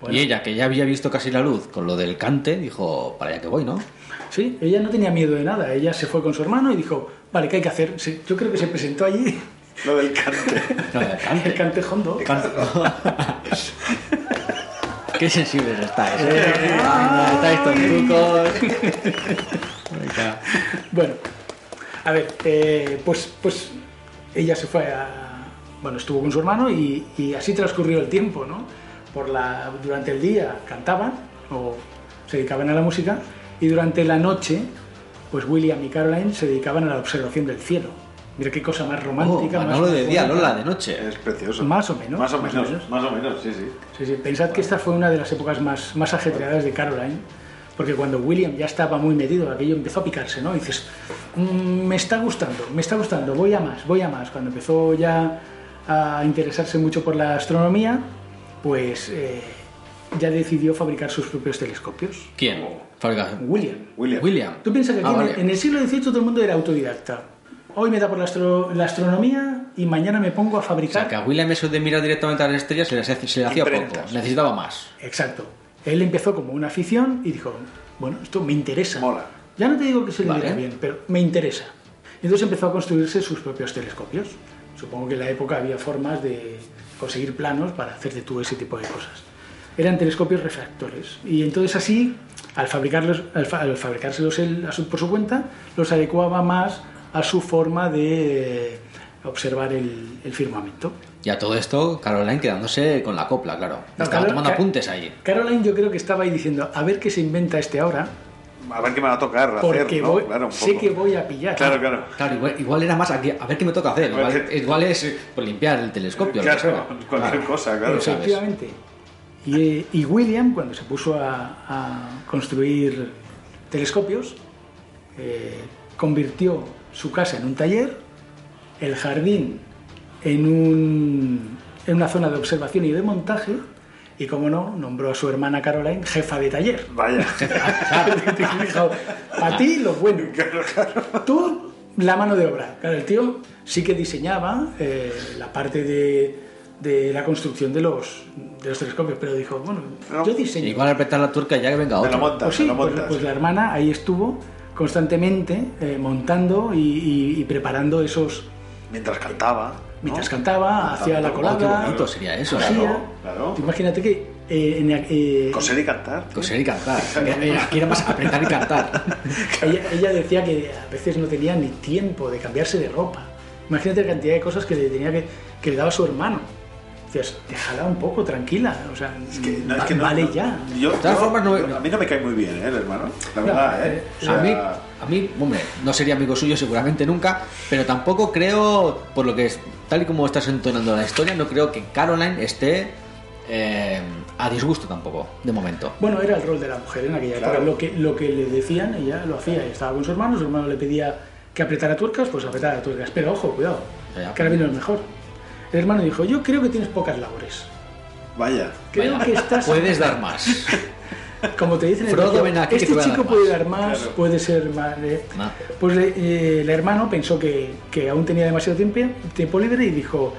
Bueno. y ella, que ya había visto casi la luz con lo del cante, dijo, para allá que voy, ¿no? Sí, ella no tenía miedo de nada, ella se fue con su hermano y dijo, vale, ¿qué hay que hacer? Se- Yo creo que se presentó allí Lo del cante. Lo del el cante. cantejondo. Qué sensibles estáis, ¿eh? Anda, estáis tontucos. Venga. Bueno, a ver, eh, pues, pues ella se fue a... Bueno, estuvo con su hermano y, y así transcurrió el tiempo, ¿no? Por la, durante el día cantaban o se dedicaban a la música y durante la noche, pues William y Caroline se dedicaban a la observación del cielo. Mira qué cosa más Oh, romántica. más Manolo de día, bonita. Lola de noche. Es precioso. Más o menos, Más o más o menos. menos. Más o menos, sí, sí. Sí, sí, Pensad que esta fue una de las épocas más, más ajetreadas de Caroline, porque cuando William ya estaba muy metido, aquello empezó a picarse, ¿no? Y dices, "Mm, me está gustando, me está gustando, voy a más, voy a más. Cuando empezó ya a interesarse mucho por la astronomía, pues eh, ya decidió fabricar sus propios telescopios. ¿Quién? Fabricación. Oh. William. William. William. Tú piensas que Ah, aquí en el- vale. en el siglo XVIII todo el mundo era autodidacta. Hoy me da por la, astro- la astronomía y mañana me pongo a O fabricar sea, que a William eso de mirar directamente a las estrellas se le, hacía- se le hacía poco. Imprentas. Necesitaba más. Exacto. Él empezó como una afición y dijo, bueno, esto me interesa. Mola. Ya no te digo que se le Vale. diga bien, pero me interesa. Y entonces empezó a construirse sus propios telescopios. Supongo que en la época había formas de conseguir planos para hacerte tú ese tipo de cosas. Eran telescopios refractores. Y entonces así, al, fabricarlos, al, fa- al fabricárselos él a su- por su cuenta, los adecuaba más a su forma de eh, observar el- el firmamento. Y a todo esto, Caroline quedándose con la copla, claro. No, Estaba Carol- tomando Ca- apuntes ahí. Caroline yo creo que estaba ahí diciendo, a ver qué se inventa este ahora, A ver qué me va a tocar porque hacer, ¿no? voy- Claro, un sé poco. que voy a pillar. Claro, claro. Claro, igual, igual era más aquí, a ver qué me toca hacer. A ver Igual, qué- igual es eh, por limpiar el telescopio. lo que Claro, sea. cualquier cosa, claro. Lo sabes. Efectivamente. Y, eh, y William, cuando se puso a, a construir telescopios, eh, convirtió su casa en un taller, el jardín en, un- en una zona de observación y de montaje, Y como no, nombró a su hermana Caroline jefa de taller. Vaya. Fijaos, Para ti lo bueno. Tú, la mano de obra. Claro, el tío sí que diseñaba eh, la parte de, de la construcción de los, de los telescopios, pero dijo, bueno, No. yo diseño. Igual apretar la turca ya que venga Me lo otro. montas, Pues sí, me lo pues, montas. pues la hermana ahí estuvo constantemente eh, montando y, y- y preparando esos Mientras cantaba. ¿no? mientras cantaba, hacía la Oh, colada. qué bonito sería eso. cosía. Claro, claro. Tú Imagínate que eh, en, eh, Coser y cantar. Coser y cantar. Eh, eh, Aquí era más apretar y cantar. Ella, ella decía que a veces no tenía ni tiempo de cambiarse de ropa. Imagínate la cantidad de cosas que le tenía que, que le daba su hermano. Decías, déjala un poco, tranquila. O sea, Es que no, es que no- Ah, vale no- ya. yo- De todas yo- formas, no- a mí no me cae muy bien, ¿eh, el hermano. La No, verdad, ¿eh? eh, O sea, A mí, a mí, hombre, no sería amigo suyo seguramente nunca, pero tampoco creo, por lo que es, tal y como estás entonando la historia, no creo que Caroline esté eh, a disgusto tampoco, de momento. Bueno, era el rol de la mujer en aquella Claro. época. Lo que, lo que le decían, ella lo hacía. Estaba con su hermano, su hermano le pedía que apretara tuercas, pues apretara tuercas. Pero ojo, cuidado, Ya. que ahora vino el mejor. El hermano dijo, yo creo que tienes pocas labores. Vaya. Creo Vaya, que estás... Puedes dar más. Como te dicen, en el Frodo, colegio, ven aquí que te este voy a dar chico más". puede dar más, Claro. puede ser más. eh. Ma. Pues eh, el hermano pensó que, que aún tenía demasiado tiempo, tiempo libre y dijo: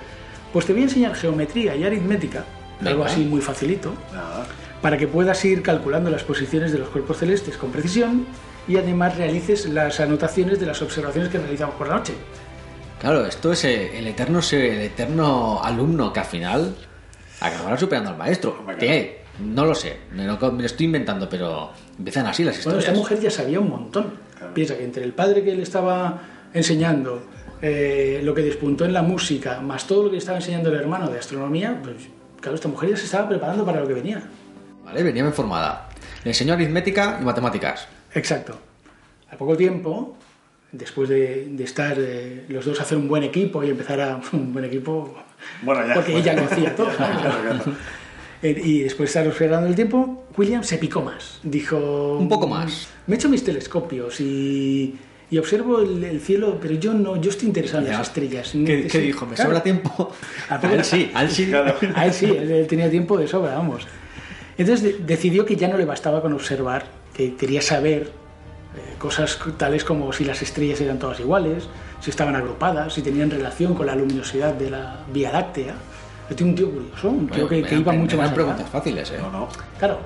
Pues te voy a enseñar geometría y aritmética, algo Venga. así muy facilito, Nada. para que puedas ir calculando las posiciones de los cuerpos celestes con precisión y además realices las anotaciones de las observaciones que realizamos por la noche. Claro, esto es eh, el eterno, se- el eterno alumno que al final acabará superando al maestro. Hombre, Que, no lo sé, me lo, me lo estoy inventando, pero empiezan así las Bueno, historias. esta mujer ya sabía un montón. Claro. Piensa que entre el padre que le estaba enseñando, eh, lo que despuntó en la música, más todo lo que le estaba enseñando el hermano de astronomía, pues claro, esta mujer ya se estaba preparando para lo que venía. Vale, venía bien formada. Le enseñó aritmética y matemáticas. Exacto. Al poco tiempo, después de, de estar eh, los dos a hacer un buen equipo y empezar a un buen equipo, Bueno, ya. porque bueno. ella lo hacía todo. Claro, claro. Eh, Y después de estar observando el tiempo, William se picó más. Dijo... Un poco más. Me echo mis telescopios y, y observo el, el cielo, pero yo no, yo estoy interesado en Ya. las estrellas. ¿Qué, Sí, qué dijo? ¿Me claro. sobra tiempo? Ah, A él sí, a él sí. Claro. A él sí, él, él tenía tiempo de sobra, vamos. Entonces de- decidió que ya no le bastaba con observar, que quería saber eh, cosas c- tales como si las estrellas eran todas iguales, si estaban agrupadas, si tenían relación con la luminosidad de la Vía Láctea. Era un tío curioso, un Bueno, tío que, que eran- iba mucho eran más allá. preguntas fáciles, ¿eh? No, no. Claro,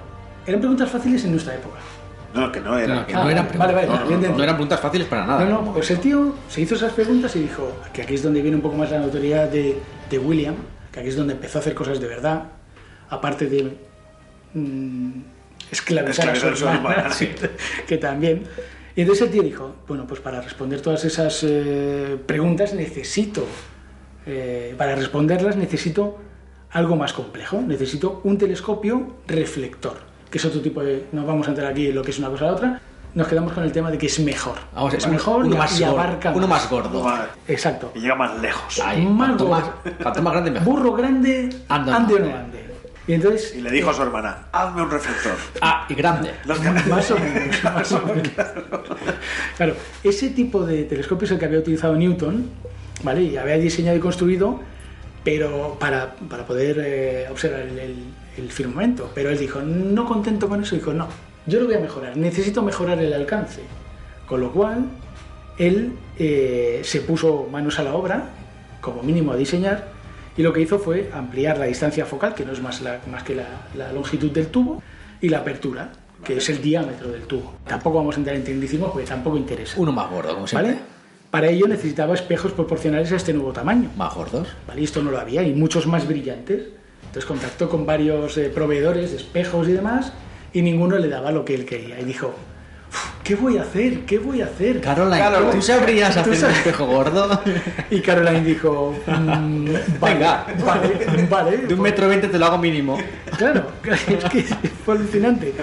eran preguntas fáciles en nuestra época. No, que no era. No, que Ah, no eran vale, vale, preguntas. vale, no, no, no, bien, bien. no eran preguntas fáciles para nada. No, no, pues el tío se hizo esas preguntas y dijo que aquí es donde viene un poco más la notoriedad de, de William, que aquí es donde empezó a hacer cosas de verdad, aparte de mm, esclavizar, Esclavizar a su a su hermana, hermana, sí. que también. Y entonces el tío dijo, bueno, pues para responder todas esas eh, preguntas necesito, eh, para responderlas necesito algo más complejo, necesito un telescopio reflector, que es otro tipo de, no vamos a entrar aquí en lo que es una cosa a la otra, nos quedamos con el tema de que es mejor. Vamos, es mejor uno y, más y gordo, abarca Uno más gordo. Toma, Exacto. Y llega más lejos. Ahí, Más cuanto, más, gordo. cuanto más grande, mejor. Burro grande, Ande ande, o o no no ande. Y entonces, Y le dijo a su hermana, hazme un reflector. Ah, y grande. Los que- más o menos, más o menos. Claro, ese tipo de telescopio es el que había utilizado Newton, ¿vale? Y había diseñado y construido, pero para, para poder eh, observar el, el- el firmamento. Pero él dijo, no contento con eso, dijo, no, yo lo voy a mejorar, necesito mejorar el alcance. Con lo cual, él eh, se puso manos a la obra, como mínimo a diseñar, y lo que hizo fue ampliar la distancia focal, que no es más, la- más que la, la longitud del tubo, y la apertura, que es el diámetro del tubo. Tampoco vamos a entrar en tecnicismos porque tampoco interesa. Uno más gordo, como siempre. ¿vale? Para ello necesitaba espejos proporcionales a este nuevo tamaño. Más gordos. ¿vale? Y esto no lo había, y muchos más brillantes. Entonces contactó con varios eh, proveedores de espejos y demás, y ninguno le daba lo que él quería. Y dijo, "Uf, ¿qué voy a hacer? ¿Qué voy a hacer? Caroline, ¿tú sabrías ¿Tú hacer un sabes? espejo gordo? Y Caroline dijo, "Mm, vale, Venga. vale, vale. pues, De un metro veinte te lo hago mínimo. Claro, es que fue alucinante.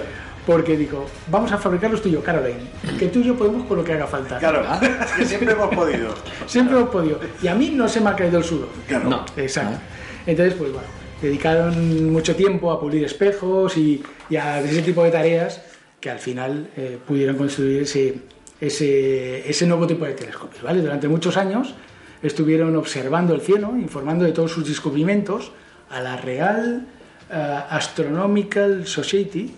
Porque dijo, vamos a fabricarlos tú y yo, Caroline, que tú y yo podemos con lo que haga falta. Claro, ¿Verdad? es que siempre hemos podido. Siempre hemos podido. Y a mí no se me ha caído el sudor. Claro. No. Exacto. Entonces, pues bueno, dedicaron mucho tiempo a pulir espejos y, y a ese tipo de tareas que al final eh, pudieron construir ese, ese, ese nuevo tipo de telescopios. ¿vale? Durante muchos años estuvieron observando el cielo, informando de todos sus descubrimientos a la Real eh, Astronomical Society,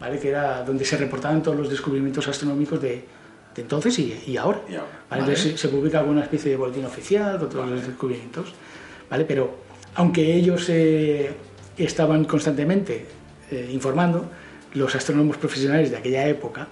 ¿vale? que era donde se reportaban todos los descubrimientos astronómicos de, de entonces y, y ahora. Y ahora, ¿vale? vale. Entonces se, se publica alguna especie de boletín oficial con todos los descubrimientos. ¿vale? Pero aunque ellos eh, estaban constantemente eh, informando, los astrónomos profesionales de aquella época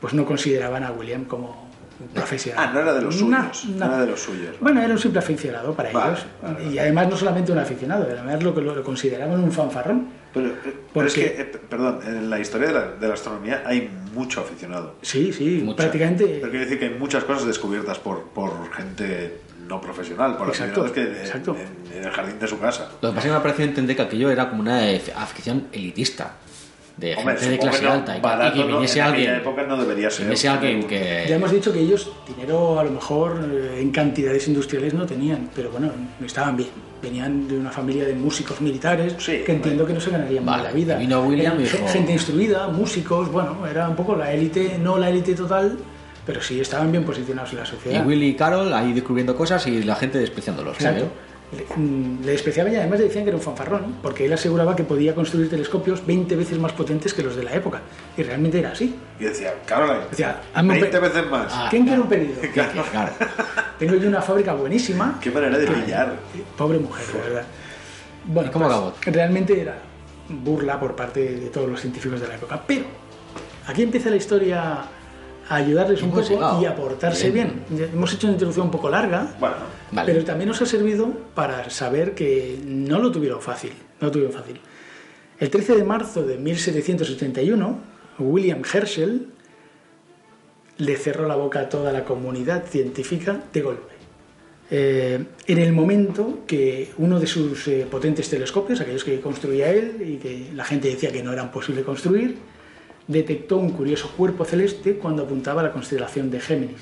pues no consideraban a William como un profesional. Ah, no era de los No, suyos, no era de los suyos. Bueno, era un simple aficionado para Vale, ellos. vale, y vale. además no solamente un aficionado, además lo que lo, lo consideraban un fanfarrón. Pero, eh, pero Porque- es que, eh, p- perdón, en la historia de la, de la astronomía hay mucho aficionado. Sí, sí, Mucha. prácticamente. Pero quiero decir que hay muchas cosas descubiertas por, por gente no profesional, por Exacto, aficionados que en- exacto. En, en el jardín de su casa. Lo que pasa es que me ha parecido entender que aquello era como una eh, afición elitista. De Hombre, gente de supongo clase que no, alta. ¿eh? Y, barato, y que ¿no? viniese en aquella alguien. época no debería que ser. viniese alguien Ya que. hemos dicho que ellos dinero a lo mejor eh, en cantidades industriales no tenían, pero bueno, estaban bien. Venían de una familia de músicos militares Sí, que bueno. entiendo que no se ganarían mal Vale, la vida. y vino William Eran y ge- dijo- gente instruida, músicos, bueno, era un poco la élite, no la élite total, pero sí estaban bien posicionados en la Y sociedad. Willy y Carol ahí descubriendo cosas y la gente despreciándolos. Exacto. ¿sabes? Le, mm, le despreciaban y además le decían que era un fanfarrón, porque él aseguraba que podía construir telescopios 20 veces más potentes que los de la época. Y realmente era así. Y decía, Caroline, Decía, hazme un 20 pe- veces más. Ah, ¿Quién quiere un pedido? Que- que, claro. Tengo yo una fábrica buenísima. Qué manera de pillar. Pobre mujer, de verdad. Bueno, ¿Y cómo pues, acabó? realmente era burla por parte de todos los científicos de la época. Pero aquí empieza la historia a ayudarles un Hemos poco llegado. y a portarse bien. Bien. Ya Hemos hecho una introducción un poco larga, Bueno, Vale. pero también nos ha servido para saber que no lo tuvieron fácil. No lo tuvieron fácil. El 13 de marzo de 1771, William Herschel le cerró la boca a toda la comunidad científica de golpe. Eh, en el momento que uno de sus eh, potentes telescopios, aquellos que construía él y que la gente decía que no eran posible construir, detectó un curioso cuerpo celeste cuando apuntaba a la constelación de Géminis.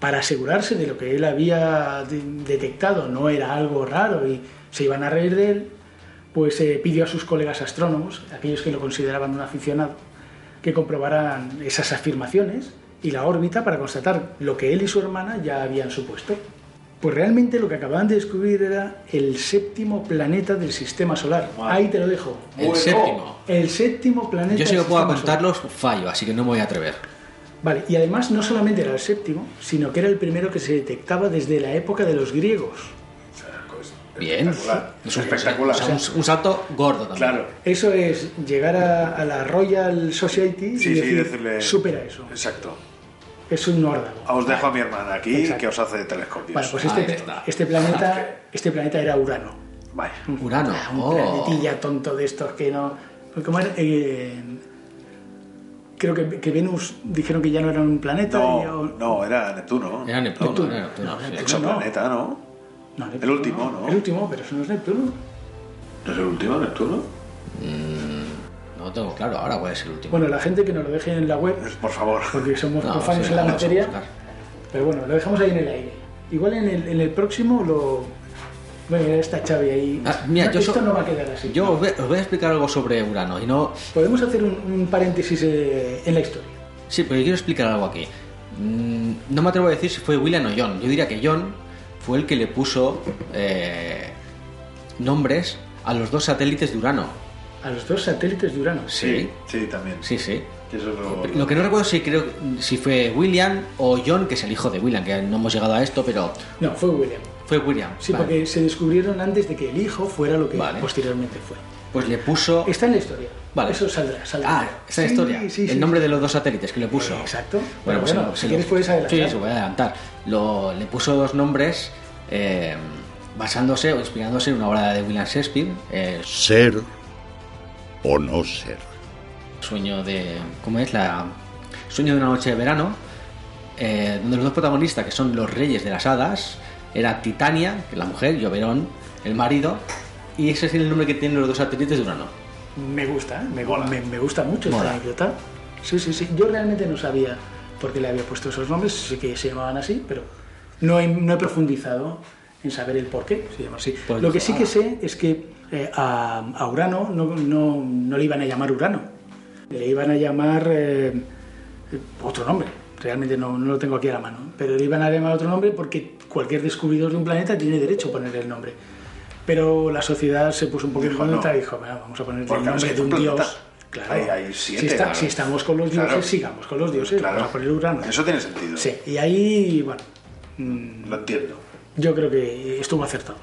Para asegurarse de lo que él había de- detectado no era algo raro y se iban a reír de él, pues eh, pidió a sus colegas astrónomos, aquellos que lo consideraban un aficionado, que comprobaran esas afirmaciones y la órbita para constatar lo que él y su hermana ya habían supuesto. Pues realmente lo que acababan de descubrir era el séptimo planeta del sistema solar. Madre. Ahí te lo dejo. El séptimo. El séptimo planeta. Yo si del no puedo sistema solar. contarlos, fallo, así que no me voy a atrever. Vale, y además no solamente era el séptimo, sino que era el primero que se detectaba desde la época de los griegos. Bien. espectacular. Es un- espectacular. o sea, un, un salto gordo también. Claro. Eso es llegar a, a la Royal Society Sí, y sí, decir, decirle. supera eso. Exacto. Es un órdago. Ah, Os dejo a mi hermana aquí Exacto. que os hace telescopios. Vale, pues Ahí este, está. este Ah, planeta, este planeta era Urano. Vaya. Urano. Ah, Un oh. planetilla tonto de estos que no. ¿Cómo era? Eh, creo que, que Venus dijeron que ya no era un planeta. y- No, o- no, era Neptuno. Oh. Era Neptuno. Neptuno. Era Neptuno, No, sí. Neptuno. Exoplaneta, ¿no? no, Neptuno, el último, ¿no? El último, pero eso no es Neptuno. ¿No es el último Neptuno? No lo tengo claro, ahora cuál es el último. Bueno, la gente que nos lo deje en la web, Por favor. porque somos No, profanos sí, en la ahora lo materia. vamos a Pero bueno, lo dejamos ahí en el aire. Igual en el, en el próximo lo. Bueno, mira, está Xavi ahí. Ah, mira, yo Esto so- no va a quedar así. Yo os voy, os voy a explicar algo sobre Urano y no. Podemos hacer un, un paréntesis eh, en la historia. Sí, pero yo quiero explicar algo aquí. Mm, No me atrevo a decir si fue William o John. Yo diría que John fue el que le puso eh, nombres a los dos satélites de Urano. A los dos satélites de Urano. Sí, Sí, también. sí, sí. Eso lo- Lo que no recuerdo si creo si fue William o John, que es el hijo de William, que no hemos llegado a esto, pero No, fue William. fue William. Sí, Vale. porque se descubrieron antes de que el hijo fuera lo que Vale. posteriormente fue. Pues le puso. Está en la historia. Vale. Eso saldrá. saldrá. Ah, esa Sí, historia. sí, el sí, nombre sí. de los dos satélites que le puso. Exacto. Pero Bueno, pues bueno, se si lo- quieres puedes adelantar. Sí, se voy a adelantar. Lo- le puso dos nombres eh, basándose o inspirándose en una obra de William Shakespeare, eh, Ser o no ser. Sueño de. ¿Cómo es? La. Sueño de una noche de verano. eh, donde los dos protagonistas, que son los reyes de las hadas, era Titania, que es la mujer, y Oberón, el marido. Y ese es el nombre que tienen los dos satélites de Urano. Me gusta, ¿eh? me, me- me gusta mucho Mola. esta anécdota. Sí, sí, sí. Yo realmente no sabía por qué le había puesto esos nombres, sé que se llamaban así, pero no he, no he profundizado en saber el por qué se llaman así. Pues Lo que dijo, sí que "Ah". sé es que eh, a, a Urano no, no- no le iban a llamar Urano, le iban a llamar eh, otro nombre. Realmente no, no lo tengo aquí a la mano, pero le iban a llamar otro nombre porque cualquier descubridor de un planeta tiene derecho a poner el nombre. Pero la sociedad se puso un poco Dijo, violenta no. y dijo, "Venga, vamos a ponerle Porque el es nombre que de un planeta- dios. Claro. Hay- hay siete, si, está- claro. si estamos con los dioses, Claro. sigamos con los dioses. Vamos a poner Urano. Eso tiene sentido. Sí, y ahí, bueno, Lo entiendo. yo creo que estuvo acertado.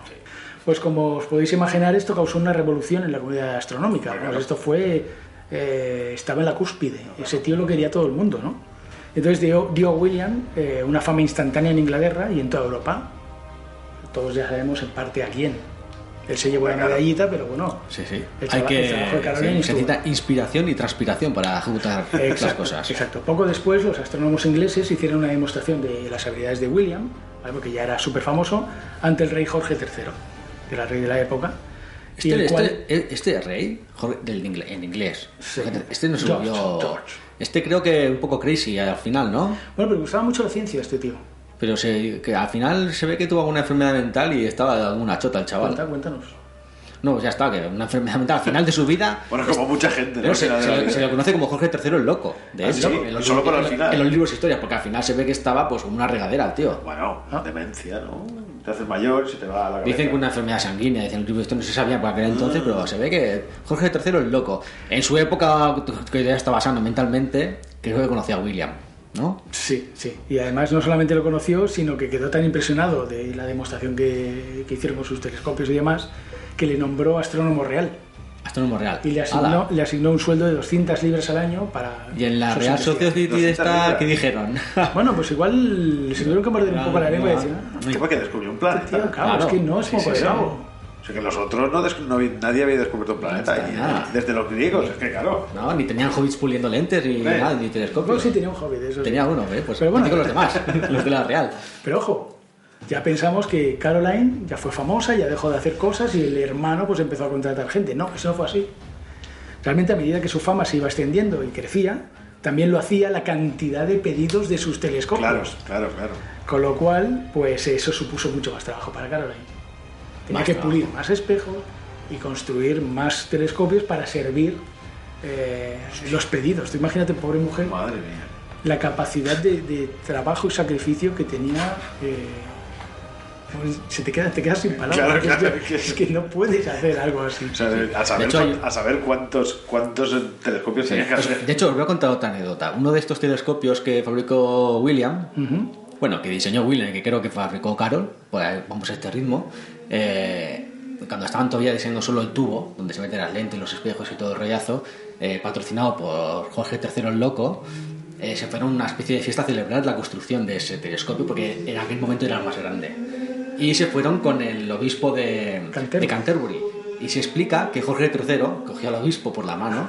Pues como os podéis imaginar, esto causó una revolución en la comunidad astronómica. Claro. Pues esto fue. eh, estaba en la cúspide. Ese tío lo quería todo el mundo, ¿no? Entonces dio, dio a William eh, una fama instantánea en Inglaterra y en toda Europa. Todos ya sabemos en parte a quién. Él se llevó la Claro. medallita, pero bueno. Sí, sí. el Hay traba- el trabajo de que. sí, Caroline se estuvo- necesita inspiración y transpiración para ejecutar las Exacto, cosas. Exacto. Poco después, los astrónomos ingleses hicieron una demostración de las habilidades de William, algo que ya era súper famoso, ante el rey Jorge III, que era el rey de la época. y Este, el este- cual- e- este rey, Jorge- del ingle- en inglés, Sí. este no se George, volvió- George. Este creo que un poco crazy al final, ¿no? Bueno, pero le gustaba mucho la ciencia a este tío. Pero se, que al final se ve que tuvo alguna enfermedad mental y estaba dando una chota el chaval. Cuenta- cuéntanos. No, ya está, que una enfermedad mental al final de su vida. Bueno, como mucha gente, ¿no? Pero se, Será de se la le- vida. se le conoce como Jorge III el loco. De Ah, hecho, sí, en los, solo por en- el final. en los libros de historia, porque al final se ve que estaba pues una regadera el tío. Bueno, demencia, ¿no? Te haces mayor, se te va a la cabeza. Ah. Dicen que una enfermedad sanguínea, dicen que esto no se sabía para aquel entonces, pero se ve que Jorge III es loco. En su época, que ya estaba sano mentalmente, creo que conocía a William, ¿no? Sí, sí. Y además no solamente lo conoció, sino que quedó tan impresionado de la demostración que, que hicieron con sus telescopios y demás, que le nombró astrónomo real. Astrónomo real. Y le Ala. asignó, le asignó un sueldo de 200 libras al año para... Y en la sus Real investigaciones. Society de 200 esta, libras. ¿qué dijeron? Bueno, pues igual se tuvieron que morder un poco la lengua y decir, "Ah, ¿Qué fue que descubrió un planeta? tío, claro, Claro. es que no es Sí, poco sí, de sí. bravo". O sea, que los otros no, des- no había- nadie había descubierto un planeta. está y, nada. desde los griegos, es que claro. No, ni tenían hobbits puliendo lentes, ni Eh. nada, ni telescopios. Yo sí tenía un hobby de eso. Tenía uno, ¿eh? Pues Pero bueno. así con los demás, los de la Real. Pero ojo, ya pensamos que Caroline ya fue famosa, ya dejó de hacer cosas y el hermano pues empezó a contratar gente. No, eso no fue así. Realmente a medida que su fama se iba extendiendo y crecía, también lo hacía la cantidad de pedidos de sus telescopios. Claro, claro, claro. Con lo cual, pues eso supuso mucho más trabajo para Caroline. Tenía Más que trabajo. pulir más espejos y construir más telescopios para servir eh, los pedidos. Tú imagínate, pobre mujer, Madre mía. la capacidad de, de trabajo y sacrificio que tenía. eh, pues, se te queda, te quedas sin palabras. Claro, porque claro, es que- que- es que no puedes hacer algo así. O sea, a, saber, De hecho, cuán- hay- a saber cuántos, cuántos telescopios tenías que Pues, hacer. de hecho, os voy a contar otra anécdota. Uno de estos telescopios que fabricó William, bueno, que diseñó William y que creo que fabricó Carol, por ahí vamos a este ritmo, eh, cuando estaban todavía diseñando solo el tubo, donde se meten las lentes, los espejos y todo el rollazo, eh, patrocinado por Jorge III el Loco, eh, se fueron a una especie de fiesta a celebrar la construcción de ese telescopio, porque en aquel momento era el más grande. Y se fueron con el obispo de de Canterbury. Canterbury. Y se explica que Jorge III cogió al obispo por la mano,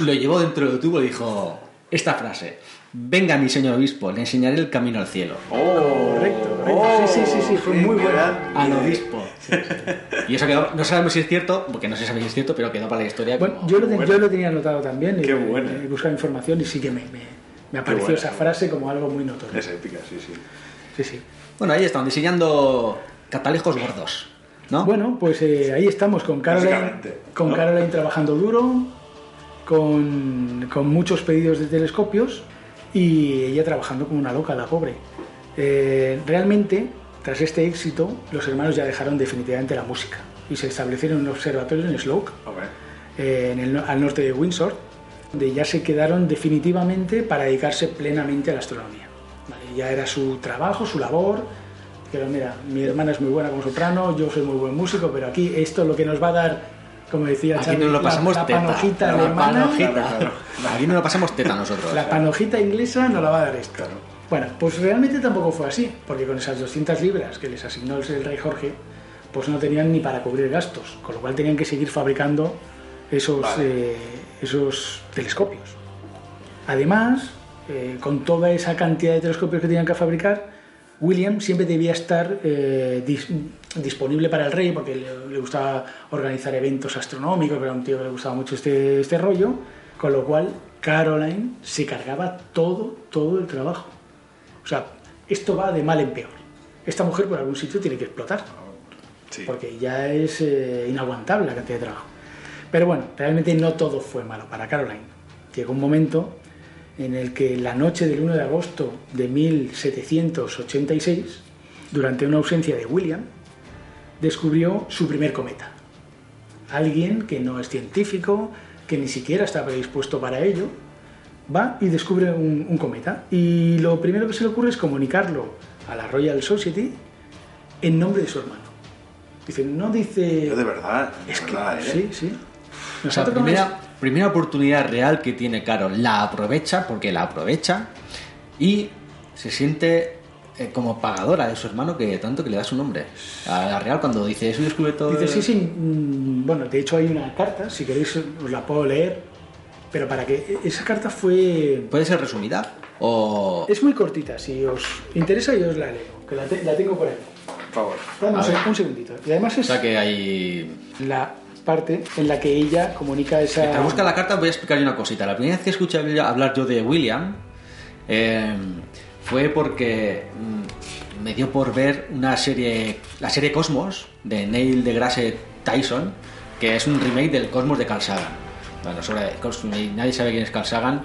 lo llevó dentro del tubo y dijo esta frase: Venga, mi señor obispo, le enseñaré el camino al cielo. ¡Oh! Correcto, correcto. Sí, sí, sí, sí, fue qué muy buena. gran- Al obispo. Y eso quedó, no sabemos si es cierto, porque no se sabe si es cierto, pero quedó para la historia. Bueno, como- yo lo, ten- yo lo tenía anotado también. eh, y- Qué buena. y buscaba información y sí que me, me- me apareció buena. esa frase como algo muy notorio. Es épica, sí, sí. Sí, sí. Bueno, ahí están diseñando catalejos gordos, ¿no? Bueno, pues eh, ahí estamos con Caroline, Básicamente, con ¿no? Caroline trabajando duro, con, con muchos pedidos de telescopios y ella trabajando como una loca, la pobre. Eh, realmente, tras este éxito, los hermanos ya dejaron definitivamente la música y se establecieron en un observatorio en Slough, Hombre, eh, en el no- al norte de Windsor, donde ya se quedaron definitivamente para dedicarse plenamente a la astronomía. Vale, ya era su trabajo, su labor. Pero mira, mi hermana es muy buena como soprano, yo soy muy buen músico, pero aquí esto es lo que nos va a dar, como decía Aquí Charlie, nos lo la- pasamos la, teta. panojita la alemana, panojita. Claro, Aquí nos lo pasamos teta nosotros. la panojita inglesa nos la va a dar esto. Bueno, pues realmente tampoco fue así, porque con esas 200 libras que les asignó el rey Jorge, pues no tenían ni para cubrir gastos, con lo cual tenían que seguir fabricando esos, Vale. eh, esos telescopios. Además, eh, con toda esa cantidad de telescopios que tenían que fabricar, William siempre debía estar eh, dis- disponible para el rey porque le, le gustaba organizar eventos astronómicos, pero era un tío que le gustaba mucho este, este rollo, con lo cual Caroline se cargaba todo, todo el trabajo. O sea, esto va de mal en peor. Esta mujer por algún sitio tiene que explotar sí. porque ya es eh, inaguantable la cantidad de trabajo. Pero bueno, realmente no todo fue malo para Caroline. Llegó un momento en el que la noche del 1 de agosto de 1786, durante una ausencia de William, descubrió su primer cometa. Alguien que no es científico, que ni siquiera está predispuesto para ello, va y descubre un, un cometa. Y lo primero que se le ocurre es comunicarlo a la Royal Society en nombre de su hermano. Dice, no dice... Yo de verdad, de Es que, verdad, ¿eh? sí, sí. O Nos sea, ha tocado primera, una- primera oportunidad real que tiene Carol, la aprovecha porque la aprovecha y se siente eh, como pagadora de su hermano que tanto que le da su nombre. A la real cuando dice eso descubre todo. Dice, sí, sí. mm, Bueno, de hecho hay una carta, si queréis os la puedo leer. Pero para que... e-, Esa carta fue... Puede ser resumida o Es muy cortita, si os interesa yo os la leo, que la, te- la tengo por ahí. Por favor. Dame un, A ver. seg- un segundito. Y además o es sea que hay la parte en la que ella comunica esa... Mientras busca la carta, voy a explicar una cosita. La primera vez que escuché hablar yo de William eh, fue porque mm, me dio por ver una serie, la serie Cosmos de Neil deGrasse Tyson, que es un remake del Cosmos de Carl Sagan. Bueno, sobre Cos- nadie sabe quién es Carl Sagan.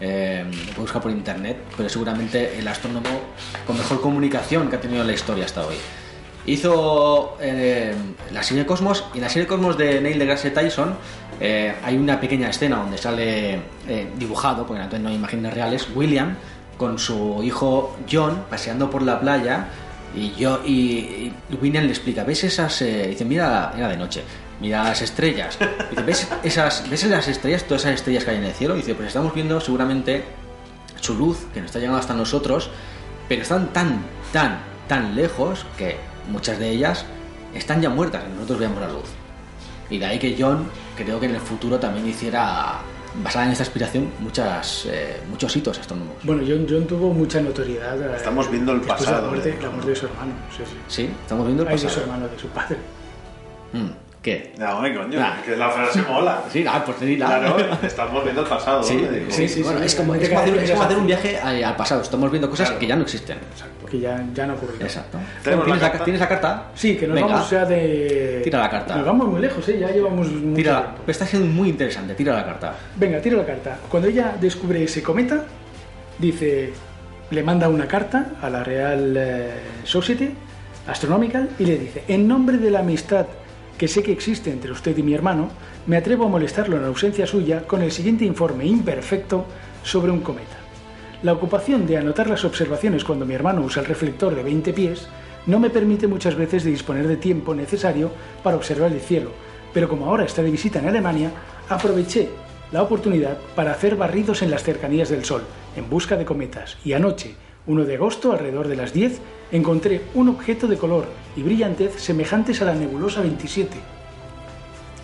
eh, lo busca por internet, pero seguramente el astrónomo con mejor comunicación que ha tenido en la historia hasta hoy. Hizo eh, la serie Cosmos y en la serie Cosmos de Neil deGrasse Tyson eh, hay una pequeña escena donde sale eh, dibujado, porque entonces no hay imágenes reales, William con su hijo John paseando por la playa y yo y, y William le explica, ¿ves esas? eh?" dice, mira, era de noche. Mira las estrellas. Dice, ¿ves esas, ves las estrellas, todas esas estrellas que hay en el cielo? Dice, pues estamos viendo seguramente su luz que nos está llegando hasta nosotros, pero están tan, tan, tan lejos que muchas de ellas están ya muertas, y nosotros veamos la luz. Y de ahí que John creo que en el futuro también hiciera, basada en esta aspiración, muchas, eh, muchos hitos astrónomos. Bueno, John, John tuvo mucha notoriedad. eh, Estamos viendo el después pasado, De la muerte, ¿eh? la muerte de su hermano. Sí, sí. Sí, estamos viendo el Ay, de su pasado. hermano, de su padre. Mm, ¿Qué? No, hombre, coño, Nah. que la frase mola. Sí, ah, pues sí, la- Claro, estamos viendo el pasado. Sí, ¿no? Digo, sí, sí, bueno, sí, es sí, como, sí, es como hacer, sí, es como sí. hacer un viaje al, al pasado. Estamos viendo cosas que ya no existen. Que ya, ya no ocurrió. Exacto. ¿Tenemos ¿Tienes, la la, carta? tienes la carta? Sí, que nos Venga, vamos ya de... Tira la carta. Nos vamos muy lejos, ¿eh? Ya llevamos mucho Tira, tiempo. está siendo muy interesante. Tira la carta. Venga, tiro la carta. Cuando ella descubre ese cometa, dice, le manda una carta a la Real eh, Society Astronomical y le dice, en nombre de la amistad que sé que existe entre usted y mi hermano, me atrevo a molestarlo en ausencia suya con el siguiente informe imperfecto sobre un cometa. La ocupación de anotar las observaciones cuando mi hermano usa el reflector de 20 pies no me permite muchas veces de disponer de tiempo necesario para observar el cielo, pero como ahora está de visita en Alemania, aproveché la oportunidad para hacer barridos en las cercanías del Sol, en busca de cometas, y anoche, 1 de agosto, alrededor de las 10, encontré un objeto de color y brillantez semejantes a la nebulosa 27.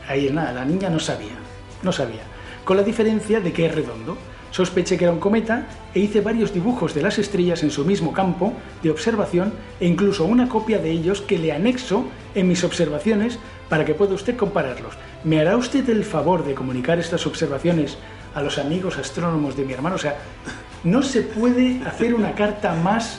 Ahí es nada, la niña no sabía, no sabía. Con la diferencia de que es redondo. Sospeché que era un cometa e hice varios dibujos de las estrellas en su mismo campo de observación e incluso una copia de ellos que le anexo en mis observaciones para que pueda usted compararlos. ¿Me hará usted el favor de comunicar estas observaciones a los amigos astrónomos de mi hermano? O sea, no se puede hacer una carta más...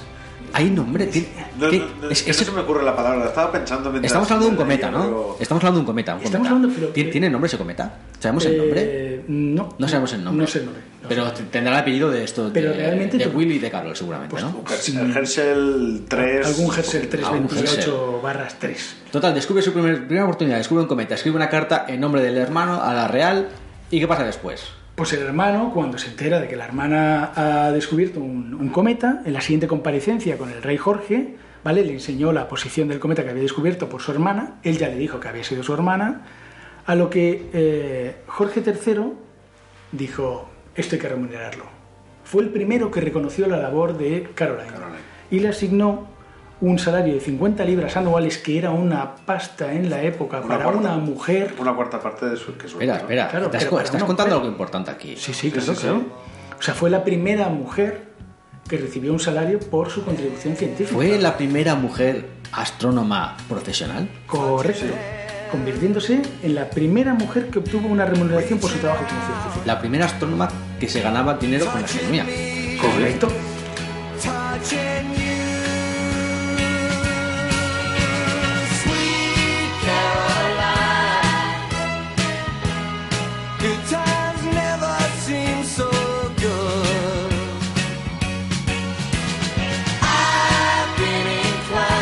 Hay nombre. tiene- No, ¿qué? no, no, Es- que es- no se me ocurre la palabra, estaba pensando mientras... estamos hablando de un leía, cometa, ¿no? digo, Estamos hablando de un cometa. un Estamos cometa. hablando, pero- ¿Tiene, tiene nombre ese cometa? ¿Sabemos el nombre? Eh, no. No sabemos el nombre. No sé el nombre. no sé pero el t- tendrá el apellido de esto. Pero de, realmente de tú- Willy y de Carol, seguramente, Pues ¿no? tú- Herschel- Herschel 3... Algún Herschel Algún 328 barras 3. Total, descubre su primer- primera oportunidad, descubre un cometa, escribe una carta en nombre del hermano a la real. ¿Y qué pasa después? Pues el hermano, cuando se entera de que la hermana ha descubierto un, un cometa, en la siguiente comparecencia con el rey Jorge, ¿vale? Le enseñó la posición del cometa que había descubierto por su hermana, él ya le dijo que había sido su hermana, a lo que eh, Jorge III dijo, esto hay que remunerarlo. Fue el primero que reconoció la labor de Caroline, y le asignó un salario de 50 libras anuales, que era una pasta en la época Una para cuarta. una mujer. Una cuarta parte de su... Que su Espera, espera. Claro, estás pero co- para estás una contando mujer- algo importante aquí. Sí, sí, Sí, claro, sí, claro. sí. O sea, fue la primera mujer que recibió un salario por su contribución científica. ¿Fue la primera mujer astrónoma profesional? Correcto. Convirtiéndose en la primera mujer que obtuvo una remuneración por su trabajo como científica. La primera astrónoma que se ganaba dinero con la astronomía. Correcto. Good times never seem so good. I've been inclined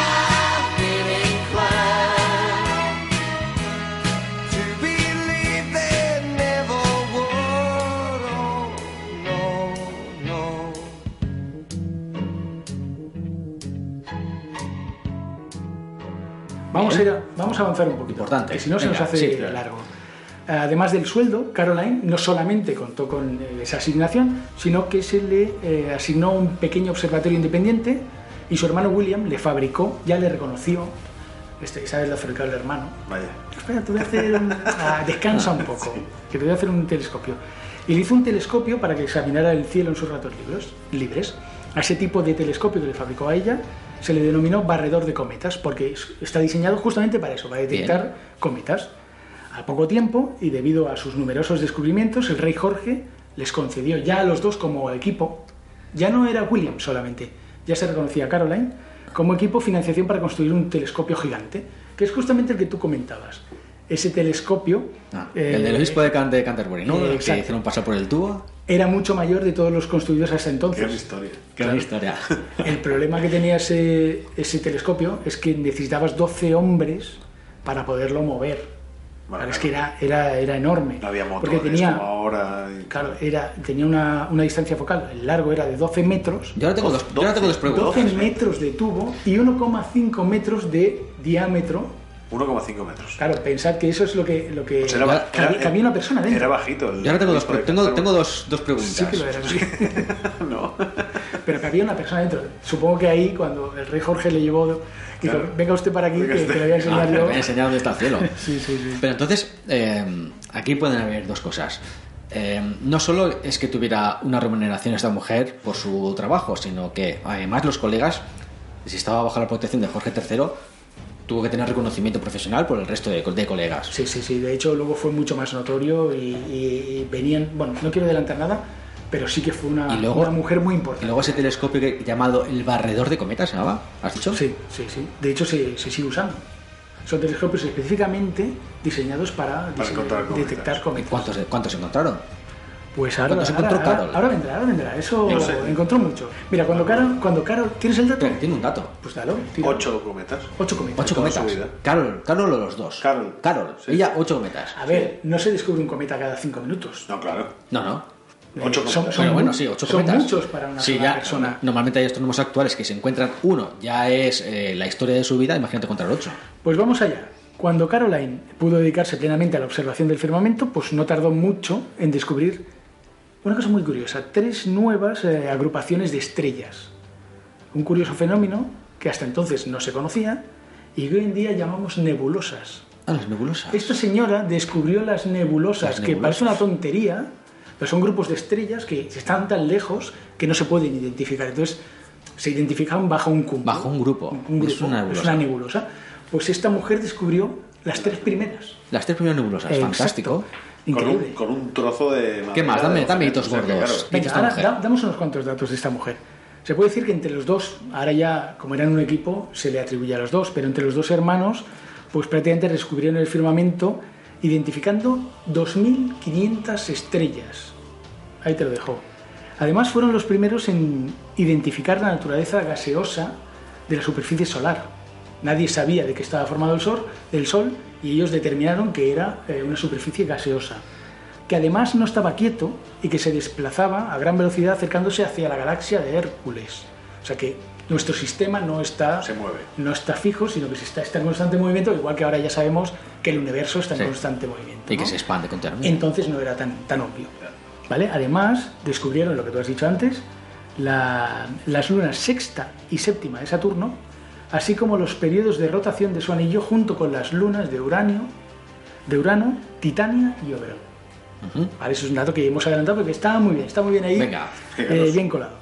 I've been inclined to believe they never would. Oh, no, no. Vamos a, ir a- vamos a avanzar un poquito. Importante. Que si no se Venga, nos hace sí, claro. largo. Además del sueldo, Caroline no solamente contó con eh, esa asignación, sino que se le eh, asignó un pequeño observatorio independiente y su hermano William le fabricó, ya le reconoció, este, ¿sabes lo fabricó el hermano? Vaya. Espera, te voy a hacer un... Ah, descansa un poco, que te voy a hacer un telescopio. Y le hizo un telescopio para que examinara el cielo en sus ratos libres. libres. A ese tipo de telescopio que le fabricó a ella se le denominó barredor de cometas, porque es- está diseñado justamente para eso, para detectar cometas. Al poco tiempo, y debido a sus numerosos descubrimientos, el rey Jorge les concedió ya a los dos como equipo, ya no era William solamente, ya se reconocía a Caroline, como equipo financiación para construir un telescopio gigante, que es justamente el que tú comentabas. Ese telescopio Ah, eh, el del obispo de, Can- de Canterbury, ¿no? eh, El que exacto. hicieron pasar por el tubo. era mucho mayor de todos los construidos hasta Qué gran entonces. historia. Qué historia. El problema que tenía ese, ese telescopio es que necesitabas 12 hombres para poderlo mover. Bueno, Claro, es claro. que era, era, era enorme. No había motores porque tenía, como ahora. y- Claro, era, tenía una, una distancia focal, el largo era de 12 metros, Yo ahora tengo dos, yo ahora tengo dos preguntas. 12 metros de tubo y 1,5 metros de diámetro. 1,5 metros. Claro, pensad que eso es lo que, lo que Pues era ba- cabía, era- cabía una persona dentro. Era bajito. el Yo ahora tengo dos, disco de pre- tengo, Canterbury. tengo dos, dos preguntas. Ah, Sí que lo era, sí. no. pero cabía una persona dentro. Supongo que ahí cuando el rey Jorge le llevó, dijo, Claro. venga usted para aquí, Venga que, usted. que le voy a Ah, enseñar pero yo. voy a enseñar dónde está el cielo. Sí, sí, sí. Pero entonces, eh, aquí pueden haber dos cosas. Eh, no solo es que tuviera una remuneración esta mujer por su trabajo, sino que además los colegas, si estaba bajo la protección de Jorge III, tuvo que tener reconocimiento profesional por el resto de, co- de colegas. Sí, sí, sí. De hecho, luego fue mucho más notorio y, y- y venían. Bueno, no quiero adelantar nada, pero sí que fue una, Y luego- una mujer muy Y importante. luego ese telescopio que- llamado el barredor de cometas, ¿se llamaba? ¿Has dicho? Sí, sí, sí. De hecho, se, se sigue usando. Son telescopios específicamente diseñados para, dise- encontrar cometas. detectar ¿Y cometas. ¿Cuántos, cuántos encontraron? Pues ahora, ¿Cuántos ahora, encontró ahora- Carol? ahora vendrá, ahora vendrá. Eso Yo sé. encontró mucho. Mira, cuando Carol, cuando Carol, ¿tienes el dato? Espera, que tiene un dato. Pues dalo. tira. 8 cometas. Ocho cometas. Ocho toda su cometas. vida. Carol, Carol o los dos. Carol. Carol. Sí. Ella, ocho cometas. A ver, no se descubre un cometa cada cinco minutos. No, claro. No, no. Eh, Ocho cometas. son- son Bueno, bueno, mu- sí, ocho Son cometas. muchos para una Sí, sola ya, persona. Normalmente hay astrónomos actuales que se encuentran uno, ya es eh, la historia de su vida, imagínate contra el ocho. Pues vamos allá. Cuando Caroline pudo dedicarse plenamente a la observación del firmamento, pues no tardó mucho en descubrir una cosa muy curiosa, tres nuevas eh, agrupaciones de estrellas. Un curioso fenómeno que hasta entonces no se conocía y que hoy en día llamamos nebulosas. Ah, las nebulosas. Esta señora descubrió las nebulosas, Las que nebulosas. parece una tontería, pero son grupos de estrellas que están tan lejos que no se pueden identificar. Entonces, se identifican bajo un cúmulo. Bajo un grupo. Es una nebulosa. nebulosa. Pues esta mujer descubrió las tres primeras. Las tres primeras nebulosas, Exacto. fantástico. Con Increíble. un, con un trozo de. ¿Qué más? Dame- dame hitos O sea, que, gordos. claro, Venga, esta ahora mujer. da- damos unos cuantos datos de esta mujer. Se puede decir que entre los dos, ahora ya como eran un equipo, se le atribuye a los dos, pero entre los dos hermanos, pues prácticamente descubrieron el firmamento identificando 2.500 estrellas. Ahí te lo dejo. Además fueron los primeros en identificar la naturaleza gaseosa de la superficie solar. Nadie sabía de qué estaba formado el sol, del sol y ellos determinaron que era eh, una superficie gaseosa, que además no estaba quieto y que se desplazaba a gran velocidad acercándose hacia la galaxia de Hércules. O sea que nuestro sistema no está, Se mueve. no está fijo, sino que se está, está en constante movimiento, igual que ahora ya sabemos que el universo está en Sí. constante movimiento. Y que ¿no? se expande continuamente. Entonces no era tan, tan obvio. ¿Vale? Además, descubrieron lo que tú has dicho antes, la- las lunas sexta y séptima de Saturno, así como los periodos de rotación de su anillo junto con las lunas de Uranio, de Urano, Titania y Oberón. Ujú. Vale, eso es un dato que hemos adelantado porque está muy bien, está muy bien ahí, Venga. eh, bien colado.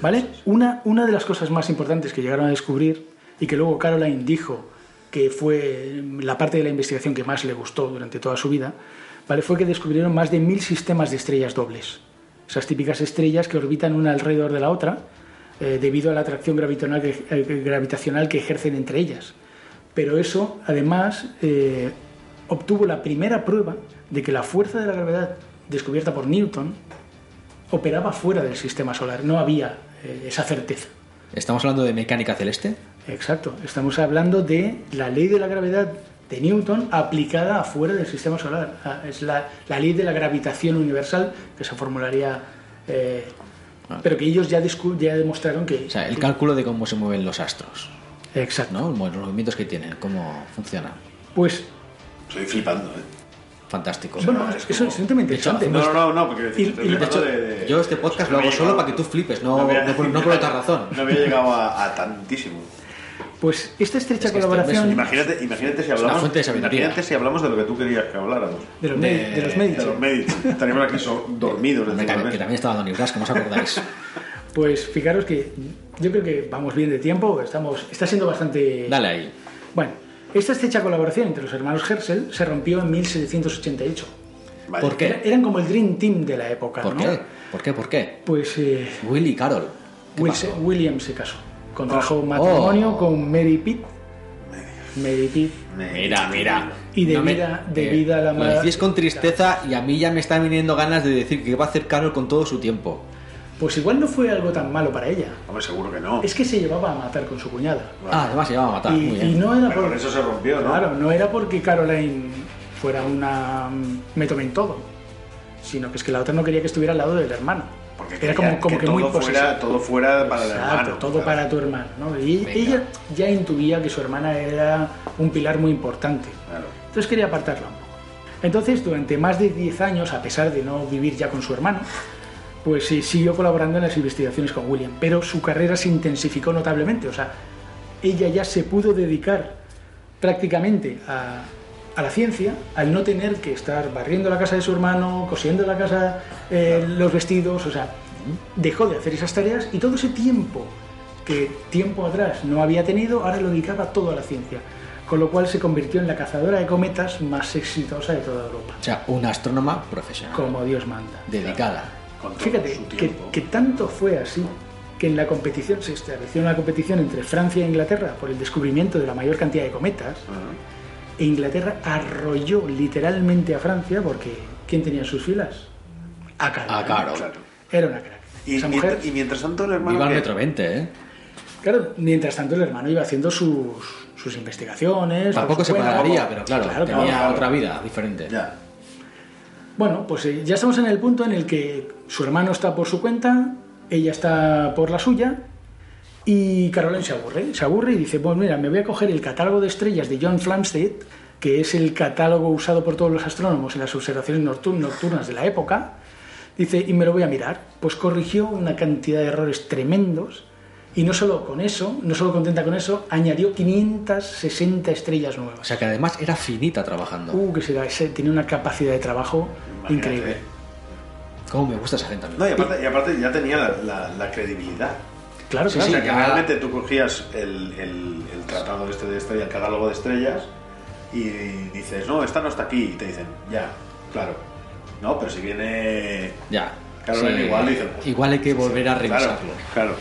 ¿Vale? Una, una de las cosas más importantes que llegaron a descubrir y que luego Caroline dijo que fue mm, la parte de la investigación que más le gustó durante toda su vida, ¿vale? fue que descubrieron más de mil sistemas de estrellas dobles. Esas típicas estrellas que orbitan una alrededor de la otra eh, debido a la atracción gravitacional que- eh, gravitacional que ejercen entre ellas. Pero eso, además, eh, obtuvo la primera prueba de que la fuerza de la gravedad descubierta por Newton operaba fuera del sistema solar. No había eh, esa certeza. ¿Estamos hablando de mecánica celeste? Exacto. Estamos hablando de la ley de la gravedad de Newton aplicada afuera del sistema solar. Ah, Es la, la ley de la gravitación universal que se formularía. eh, pero que ellos ya, descu- ya demostraron que. O sea, el cálculo de cómo se mueven los astros, Exacto. ¿no? Bueno, Los movimientos que tienen, cómo funciona. Pues, Estoy flipando, ¿eh? Fantástico. bueno, es eso como- es sumamente De hecho, interesante. No, no, no, no, porque Y- estoy y- de De flipando hecho, de- de- yo este podcast lo no hago me he solo llegado- para que tú flipes, no, había- no por, no por otra razón. No había llegado a, a tantísimo. Pues esta estrecha Es que este colaboración. mes- Imagínate, imagínate si una hablamos. fuente de sabiduría. Imagínate si hablamos de lo que tú querías que habláramos. De los, medi- de los Medici. De los Medici. Estaríamos aquí so- dormidos. Hombre, encima que, de la que mesa. también estaba Don Ibras, que no os acordáis. Pues fijaros que yo creo que vamos bien de tiempo, estamos, está siendo bastante... Dale ahí. Bueno, esta estrecha colaboración entre los hermanos Herschel se rompió en 1788. Vale. ¿Por qué? Era- eran como el Dream Team de la época, ¿Por ¿no? qué? ¿Por qué? ¿Por qué? Pues eh, Willy y Carol. ¿Qué Will- pasó? William se casó. Contrajo matrimonio Oh. con Mary Pitt. Mary Pitt. Mira, mira. eh, Y de vida- de vida la Lo mala- decís con tristeza y a mí ya me están viniendo ganas de decir que va a hacer Carol con todo su tiempo. Pues igual no fue algo tan malo para ella. Hombre, seguro que no. Es que se llevaba a matar con su cuñada. Ah, además se va a matar. y, Muy y bien. no era Pero por... por eso se rompió, ¿no? Claro, no era porque Caroline fuera una mm, me tomen todo, sino que es que la otra no quería que estuviera al lado del hermano. Porque era como, quería como que, todo muy fuera, posesiva. todo fuera para el Exacto, hermano. todo claro. para tu hermano. ¿no? Y Venga. ella ya intuía que su hermana era un pilar muy importante. Claro. Entonces quería apartarla un poco. Entonces, durante más de 10 años, a pesar de no vivir ya con su hermano, pues eh, siguió colaborando en las investigaciones con William, pero su carrera se intensificó notablemente. O sea, ella ya se pudo dedicar prácticamente a, a la ciencia al no tener que estar barriendo la casa de su hermano, cosiendo la casa, eh, los vestidos, o sea, dejó de hacer esas tareas y todo ese tiempo que tiempo atrás no había tenido, ahora lo dedicaba todo a la ciencia, con lo cual se convirtió en la cazadora de cometas más exitosa de toda Europa, O sea, una astrónoma profesional. como Dios manda. Dedicada. Con todo Fíjate su que, tiempo. que tanto fue así que en la competición se estableció una competición entre Francia e Inglaterra por el descubrimiento de la mayor cantidad de cometas. E Inglaterra arrolló literalmente a Francia porque ¿quién tenía en sus filas? A Carol. A Carol. Claro. Era una crack. Y, Esa mient- mujer, y mientras tanto el hermano. Viva el que- metro 20, ¿eh? claro, mientras tanto el hermano iba haciendo sus, sus investigaciones. por Tampoco su se cuenta, pararía, poco- pero claro, claro, tenía claro. otra vida diferente. Ya. Bueno, pues eh, ya estamos en el punto en el que su hermano está por su cuenta, ella está por la suya, y Caroline se aburre. Se aburre y dice, pues mira, me voy a coger el catálogo de estrellas de John Flamsteed, que es el catálogo usado por todos los astrónomos en las observaciones noctur- nocturnas de la época, dice, y me lo voy a mirar. Pues corrigió una cantidad de errores tremendos, y no solo con eso, no solo contenta con eso, añadió 560 estrellas nuevas. O sea que además era finita trabajando. Uh, que será ese, tiene una capacidad de trabajo Imagínate. increíble. ¿Cómo me gusta esa gente a mí? No, y aparte, y aparte ya tenía la, la- la credibilidad. Claro, Sí, claro. o sea, sí. que ya- realmente tú cogías el, el- el tratado este de estrellas, el catálogo de estrellas, y dices, no, esta no está aquí. Y te dicen, ya, claro. No, pero si viene. Ya. Caroline igual dice, pues, Igual hay que volver a Claro, revisarlo. claro.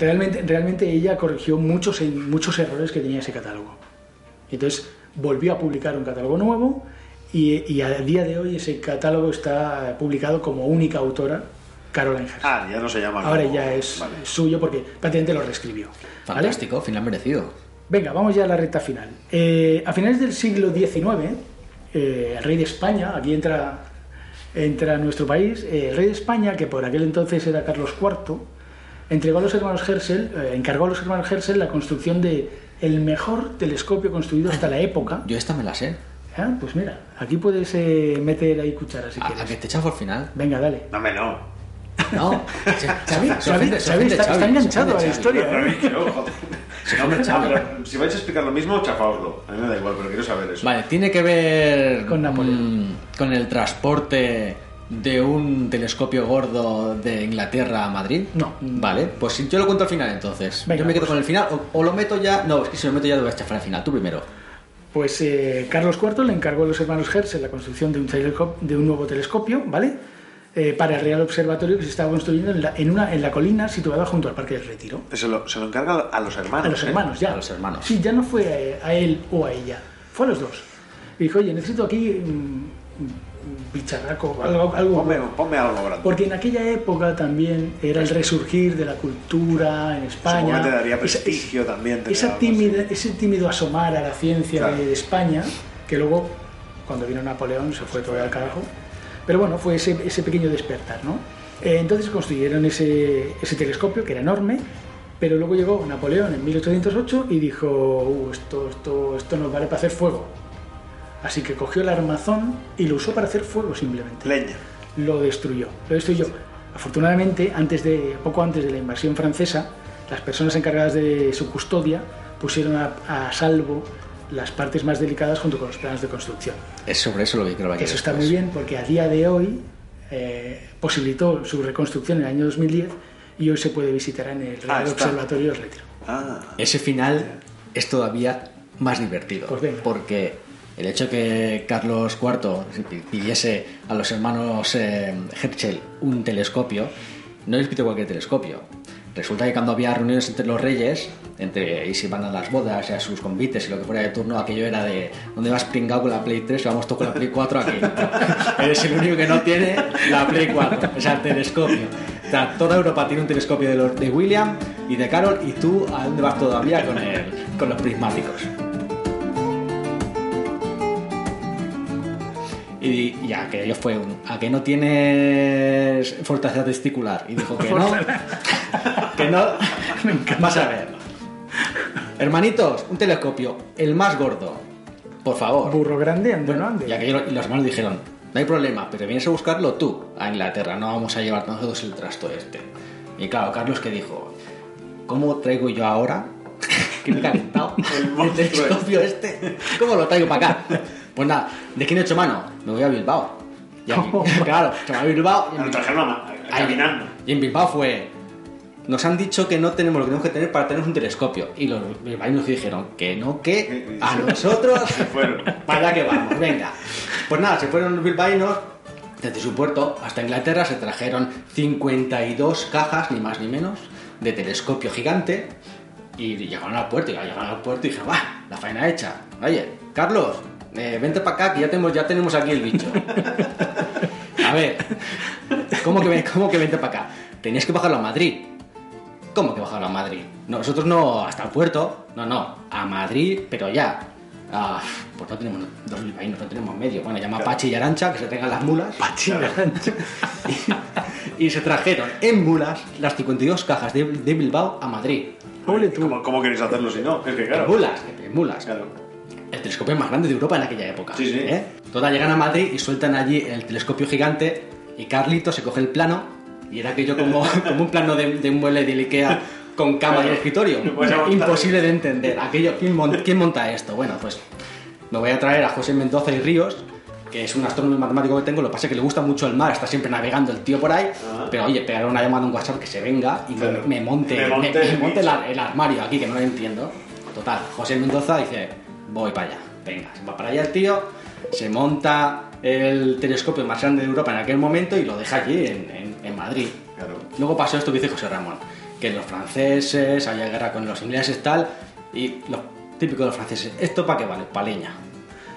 Realmente, realmente ella corrigió muchos, muchos errores que tenía ese catálogo. Entonces volvió a publicar un catálogo nuevo y, y a día de hoy ese catálogo está publicado como única autora, Caroline Herschel. Ah, ya no se llama. Ahora como- ya es Vale. suyo porque prácticamente lo reescribió. ¿vale? Fantástico, final merecido. Venga, vamos ya a la recta final. Eh, a finales del siglo XIX, eh, el rey de España, aquí entra, entra nuestro país, eh, el rey de España, que por aquel entonces era Carlos IV, entregó a los hermanos Herschel, eh, encargó a los hermanos Herschel la construcción de el mejor telescopio construido hasta la época. Yo esta me la sé. Ah, pues mira, aquí puedes eh, meter ahí cuchara si A, a quieres. que te echas por final. Venga, dale. No, me no. No. Xavi, Xavi, Xavi, está, está enganchado a la historia. No, ¿eh? no, no, joder. No, hombre, pero si vais a explicar lo mismo, chafaoslo. A mí me da igual, pero quiero saber eso. Vale, tiene que ver Con Napoleón. mm, con el transporte de un telescopio gordo de Inglaterra a Madrid. No. Vale, pues si- yo lo cuento al final entonces. Venga, yo me quedo pues. con el final o, o lo meto ya. No, es que si lo meto ya lo voy a chafar al final. Tú primero. Pues eh, Carlos IV le encargó a los hermanos Herschel la construcción de un, telesco- de un nuevo telescopio, ¿vale? Eh, para el Real Observatorio que se estaba construyendo en la, en una, en la colina situada junto al Parque del Retiro. Se lo, se lo encarga a los hermanos. A los ¿eh? hermanos, ya. A los hermanos. Sí, ya no fue a, a él o a ella, fue a los dos. Y dijo, oye, necesito aquí mm, mm, bicharraco, algo, algo Ponme, ponme algo grande. Porque en aquella época también era el resurgir de la cultura en España. Supongo que te daría Esa- prestigio esa- también, te esa daba tímida- ese tímido asomar a la ciencia Claro. de, de España, que luego, cuando vino Napoleón, se fue todo al carajo. Pero bueno, fue ese, ese pequeño despertar, ¿no? Eh, entonces construyeron ese, ese telescopio, que era enorme, pero luego llegó Napoleón en 1808 y dijo, "Uh, esto, esto, esto nos vale para hacer fuego. Así que cogió el armazón y lo usó para hacer fuego simplemente Leña. lo destruyó. Lo destruyó. Afortunadamente, antes de, poco antes de la invasión francesa, las personas encargadas de su custodia pusieron a, a salvo las partes más delicadas junto con los planos de construcción. Es sobre eso lo que creo que pues. Eso está muy bien porque a día de hoy eh, posibilitó su reconstrucción en el año 2010 y hoy se puede visitar en el Real está. Observatorio del Retiro. Ah. Ese final es todavía más divertido. Pues venga. porque el hecho que Carlos IV pidiese a los hermanos eh, Herschel un telescopio, no les pidió cualquier telescopio. Resulta que cuando había reuniones entre los reyes, entre y se iban a las bodas y a sus convites y lo que fuera de turno, aquello era de ¿dónde vas pringado con la Play 3? Vamos tú con la Play 4 aquí. Eres el único que no tiene la Play 4, o sea, el telescopio. O sea, toda Europa tiene un telescopio de, los- de William y de Carol y tú a dónde vas todavía con, el- con los prismáticos. Y, y aquello fue un, a que no tienes fortaleza testicular. Y dijo que no. que no. Vas a ver. Hermanitos, un telescopio, el más gordo. Por favor. Burro grande, ando no ande. Y, aquello- y los hermanos dijeron, no hay problema, pero vienes a buscarlo tú a Inglaterra, no vamos a llevar nosotros el trasto este. Y claro, Carlos que dijo, ¿cómo traigo yo ahora, que me he calentado, el telescopio este? ¿Cómo lo traigo para acá? Pues nada, ¿de quién he hecho mano? Me voy a Bilbao. Y aquí- ¿Cómo? claro, se me va a Bilbao. y en Mm. Me lo Bilbao- trajeron a ma- Ahí- caminando. Y en Bilbao fue. Nos han dicho que no tenemos lo que tenemos que tener para tener un telescopio. Y los bilbaínos dijeron que no, que a nosotros. fueron. Para allá que vamos, venga. Pues nada, se fueron los bilbaínos desde su puerto hasta Inglaterra. Se trajeron 52 cajas, ni más ni menos, de telescopio gigante. Y llegaron al puerto. Y cuando llegaron al puerto y dijeron, va, la faena hecha. Oye, Carlos, eh, vente para acá que ya tenemos, ya tenemos aquí el bicho. A ver, ¿cómo que, ven- cómo que vente para acá? Tenías que bajarlo a Madrid. ¿Cómo que bajarlo a Madrid? Nosotros no hasta el puerto, no, no, a Madrid, pero ya. Ah, pues no tenemos dos bilbaínos, no tenemos medio. Bueno, llama Pachi y Arancha, que se tengan las mulas. Pachi y, se trajeron en mulas las 52 cajas de, de Bilbao a Madrid. Ole tú. ¿Cómo, cómo queréis hacerlo si no? Es que En claro. mulas, en mulas Claro. el telescopio más grande de Europa en aquella época. Sí, sí. ¿eh? Todas llegan a Madrid y sueltan allí el telescopio gigante y Carlito se coge el plano y era aquello como, como un plano de, de un mueble de Ikea con cama y escritorio. Bueno, O sea, claro. imposible de entender. Aquello, ¿quién, mon- quién monta esto? Bueno, pues me voy a traer a José Mendoza y Ríos que es un astrónomo y matemático que tengo, lo que pasa es que le gusta mucho el mar, está siempre navegando el tío por ahí, pero oye, pegar una llamada a un WhatsApp que se venga y me- Claro. me, monte, Me me- monte me el monte bicho. la- el armario aquí, que no lo entiendo. Total, José Mendoza dice, voy para allá. Venga, se va para allá el tío, se monta el telescopio más grande de Europa en aquel momento y lo deja allí en, en- en Madrid. Claro. Luego pasó esto que dice José Ramón, que los franceses, había guerra con los ingleses tal, y los típicos de los franceses, ¿esto para qué vale? Para leña,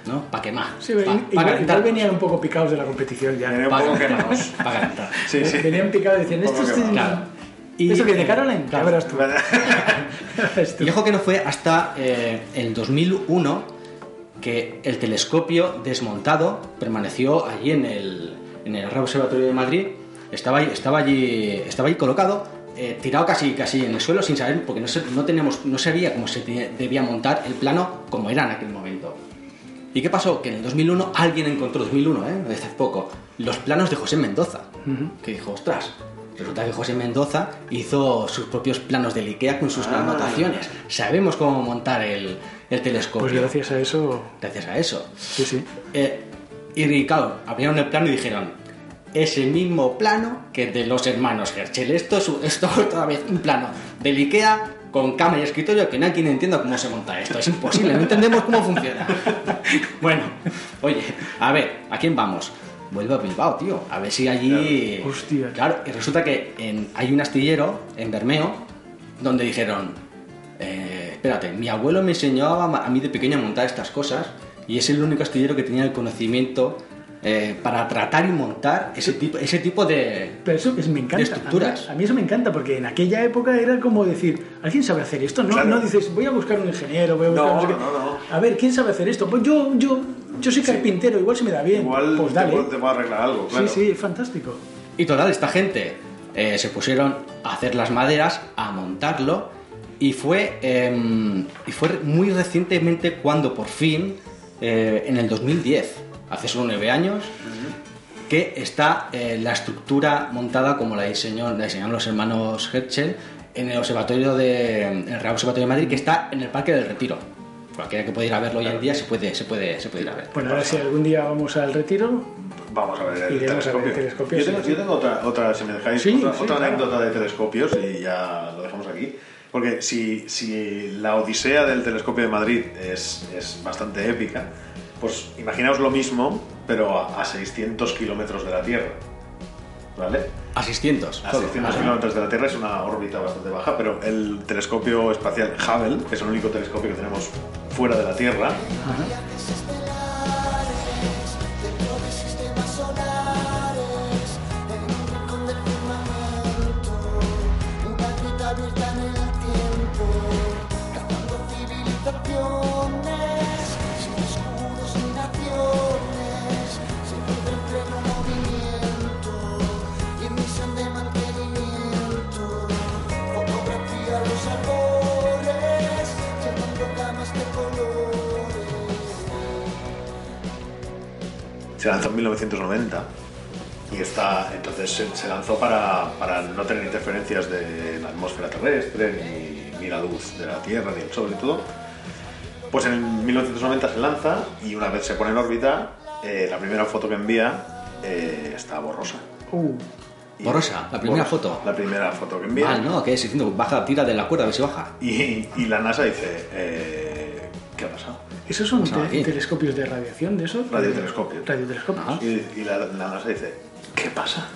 ¿no? ¿Para quemar? Sí, Pa- igual- pa igual calentar. venían un poco picados de la competición ya. Venía un Para poco calentar, quemados. para calentar. Sí, sí. Venían picados y decían, Un esto poco es... Claro. ¿Eso que de Caroline? Ya verás tú. Es tú. Y ojo que no fue hasta eh, el 2001 que el telescopio desmontado permaneció allí en el, en el Real Observatorio de Madrid. Estaba allí, estaba allí, estaba allí colocado, eh, tirado casi, casi en el suelo sin saber, porque no, se- no, tenemos, no sabía cómo se te- debía montar el plano como era en aquel momento. ¿Y qué pasó? Que en el 2001 alguien encontró, 2001, ¿eh? Desde hace poco, los planos de José Mendoza. Que dijo, ostras, resulta que José Mendoza hizo sus propios planos del IKEA con sus anotaciones. Sabemos cómo montar el, el telescopio. Pues gracias a eso, Gracias a eso. sí, sí. Eh, y claro, abrieron el plano y dijeron, ese mismo plano que de los hermanos Herschel. Esto es, un- esto es otra vez un plano del Ikea con cama y escritorio que nadie entienda cómo se monta esto. Es imposible, no entendemos cómo funciona. Bueno, oye, a ver, ¿a quién vamos? Vuelvo a Bilbao, tío. A ver si allí... Claro. Hostia. Claro, y resulta que en- hay un astillero en Bermeo donde dijeron, eh, espérate, mi abuelo me enseñó a, ma- a mí de pequeño a montar estas cosas y es el único astillero que tenía el conocimiento eh, para tratar y montar ese tipo, ese tipo de... Pero eso es- me encanta. De estructuras. A mí, a mí eso me encanta porque en aquella época era como decir, ¿alguien sabe hacer esto? No, Claro. no dices, voy a buscar un ingeniero, voy a buscar... No, sé qué. no, no. A ver, ¿quién sabe hacer esto? Pues yo, yo, yo soy carpintero, igual se me da bien. Igual pues te dale. puedo- te puedo arreglar algo, claro. Sí, sí, fantástico. Y total, esta gente eh, se pusieron a hacer las maderas, a montarlo, y fue, em, y fue muy recientemente cuando por fin, eh, en el 2010, hace solo nueve años, que está eh, la estructura montada como la, diseñó, la diseñaron los hermanos Herschel en el Observatorio de, en el Real Observatorio de Madrid, que está en el Parque del Retiro. Cualquiera que pueda ir a verlo hoy en día se puede, se puede, se puede ir a ver. Bueno, ahora si algún día vamos al retiro, Vamos a ver el Iremos a ver el telescopio. telescopio, yo, sí, tengo, sí. yo tengo otra, otra, si me dejáis, Sí, otra, sí, otra claro. anécdota de telescopios y ya lo dejamos aquí. Porque si, si la odisea del telescopio de Madrid es, es bastante épica, pues imaginaos lo mismo, pero a, a 600 kilómetros de la Tierra. ¿Vale? A 600. A solo. 600 kilómetros de la Tierra es una órbita bastante baja, pero el telescopio espacial Hubble, que es el único telescopio que tenemos fuera de la Tierra, se lanzó en 1990 y está, entonces se, se lanzó para, para no tener interferencias de la atmósfera terrestre, ni, ni la luz de la Tierra, ni el Sol y todo. Pues en 1990 se lanza y una vez se pone en órbita, eh, la primera foto que envía eh, está borrosa. uh, Y- Borrosa, la primera foto. La primera foto que envía. Mal, ¿no? ¿Qué? 600. Baja, tira de la cuerda, a ver si baja. y, y la NASA dice, eh, ¿qué ha pasado? ¿esos son Pues nada, te- aquí. telescopios de radiación de esos? Radiotelescopios. Radiotelescopios. Ajá. Y, y la, la NASA dice, ¿qué pasa?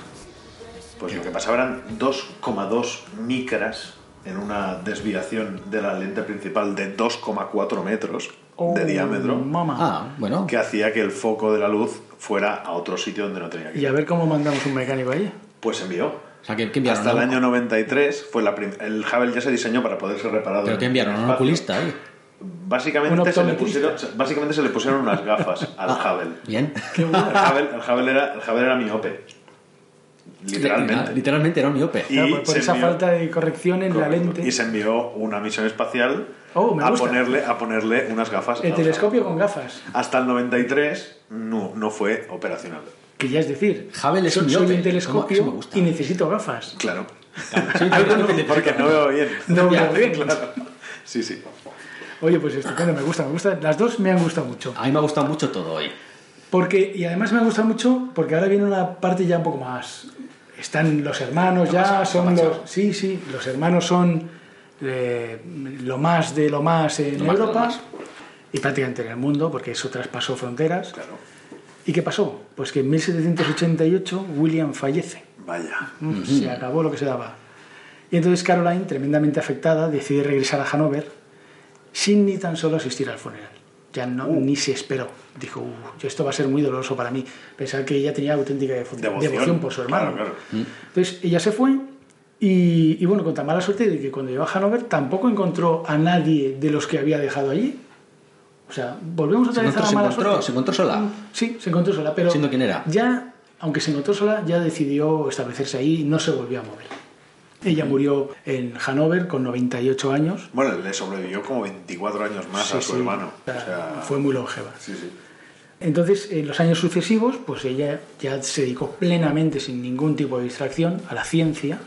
Pues lo que pasaba eran 2,2 micras en una desviación de la lente principal de 2,4 metros Oh, de diámetro Mamá. Ah, bueno. que hacía que el foco de la luz fuera a otro sitio donde no tenía que Y ir. a ver cómo mandamos un mecánico ahí. Pues envió. O sea, que, que enviaron. Hasta el ¿no? año 93 fue la prim- el Hubble ya se diseñó para poder ser reparado. Pero que en- enviaron en a el un espacio. oculista ahí. Un Básicamente se, le optometrista. pusieron, básicamente se le pusieron unas gafas al Ah. Hubble. Bien. El Hubble, el Hubble era, el Hubble era miope. Literalmente. Literalmente era un miope. Y Claro, por- por se esa envió- falta de corrección en la Correcto. lente. Y se envió una misión espacial Oh, me a, gusta. ponerle, a ponerle unas gafas. El al telescopio con gafas, Hubble. Hasta el 93 no, no fue operacional. que ya es decir, Hubble es soy, un soy miope. un telescopio Eso me gusta. y necesito gafas. Claro. Porque Porque no veo bien. No, Ya, pero bien. Claro. Sí, sí. Oye, pues estupendo, me gusta, me gusta. Las dos me han gustado mucho. A mí me ha gustado mucho todo hoy. Porque, y además me ha gustado mucho porque ahora viene una parte ya un poco más. Están los hermanos ya, son los. Sí, sí, los hermanos son eh, lo más de lo más en Lo más de lo Europa más. y prácticamente en el mundo, porque eso traspasó fronteras. Claro. ¿Y qué pasó? Pues que en 1788 William fallece. Vaya. Se acabó lo que se daba. Y entonces Caroline, tremendamente afectada, decide regresar a Hanover sin ni tan solo asistir al funeral. Ya no, Uh. ni se esperó. Dijo, "Uh, esto va a ser muy doloroso para mí. Pensar que ella tenía auténtica defo- Devoción. devoción, por su hermano. Claro, Mm. claro. Entonces ella se fue y, y bueno, con tan mala suerte de que cuando llegó a Hanover tampoco encontró a nadie de los que había dejado allí. O sea, volvemos Se otra vez a encontró, la se mala encontró, suerte. Mm. se encontró sola. Sí, se encontró sola, pero. Siendo quien era. Ya, aunque se encontró sola, ya decidió establecerse ahí y no se volvió a mover. Ella murió en Hanover con 98 años. Bueno, le sobrevivió como 24 años más a Sí, su sí, hermano. o sea, O sea, Fue muy longeva. Sí, sí. Entonces, en los años sucesivos, pues ella ya se dedicó plenamente, sin ningún tipo de distracción, a la ciencia.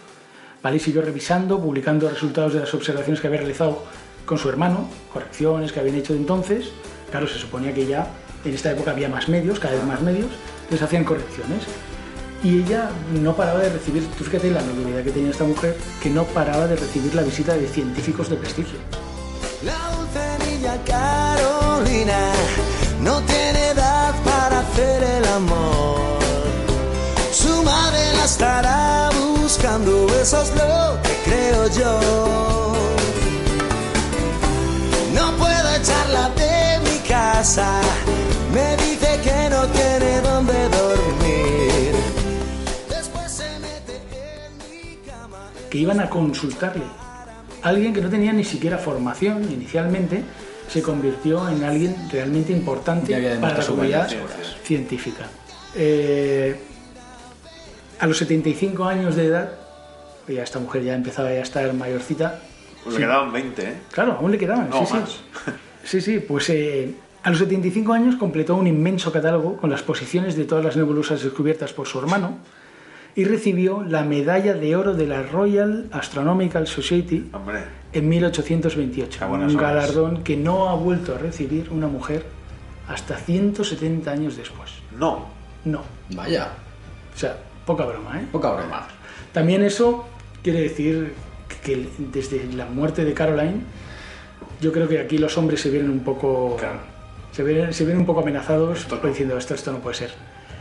¿vale? Y siguió revisando, publicando resultados de las observaciones que había realizado con su hermano, correcciones que habían hecho de entonces. Claro, se suponía que ya en esta época había más medios, cada vez más medios, entonces hacían correcciones. Y ella no paraba de recibir, tú fíjate la notoriedad que tenía esta mujer, que no paraba de recibir la visita de científicos de prestigio. La dulce Carolina no tiene edad para hacer el amor. Su madre la estará buscando, eso es lo que creo yo. No puedo echarla de mi casa, me dice que no tiene dónde dormir. Después se mete en mi cama. que iban a consultarle. Alguien que no tenía ni siquiera formación inicialmente se convirtió en alguien realmente Ya había importante para demostrado la su comunidad valía, sí, científica. Eh, a los 75 años de edad, ya esta mujer ya empezaba ya a estar mayorcita. Pues sí. le quedaban 20, ¿eh? Claro, aún le quedaban. No, sí, más. Sí. sí, sí, pues eh, a los 75 años completó un inmenso catálogo con las posiciones de todas las nebulosas descubiertas por su hermano y recibió la medalla de oro de la Royal Astronomical Society Hombre, en 1828, A buenas un horas. galardón que no ha vuelto a recibir una mujer hasta 170 años después. no. No, Vaya, o sea, poca broma, ¿eh? poca broma. También eso quiere decir que desde la muerte de Caroline, yo creo que aquí los hombres se vienen un poco, Claro. se vienen, se vienen un poco amenazados Esto no. pues, diciendo esto, esto no puede ser.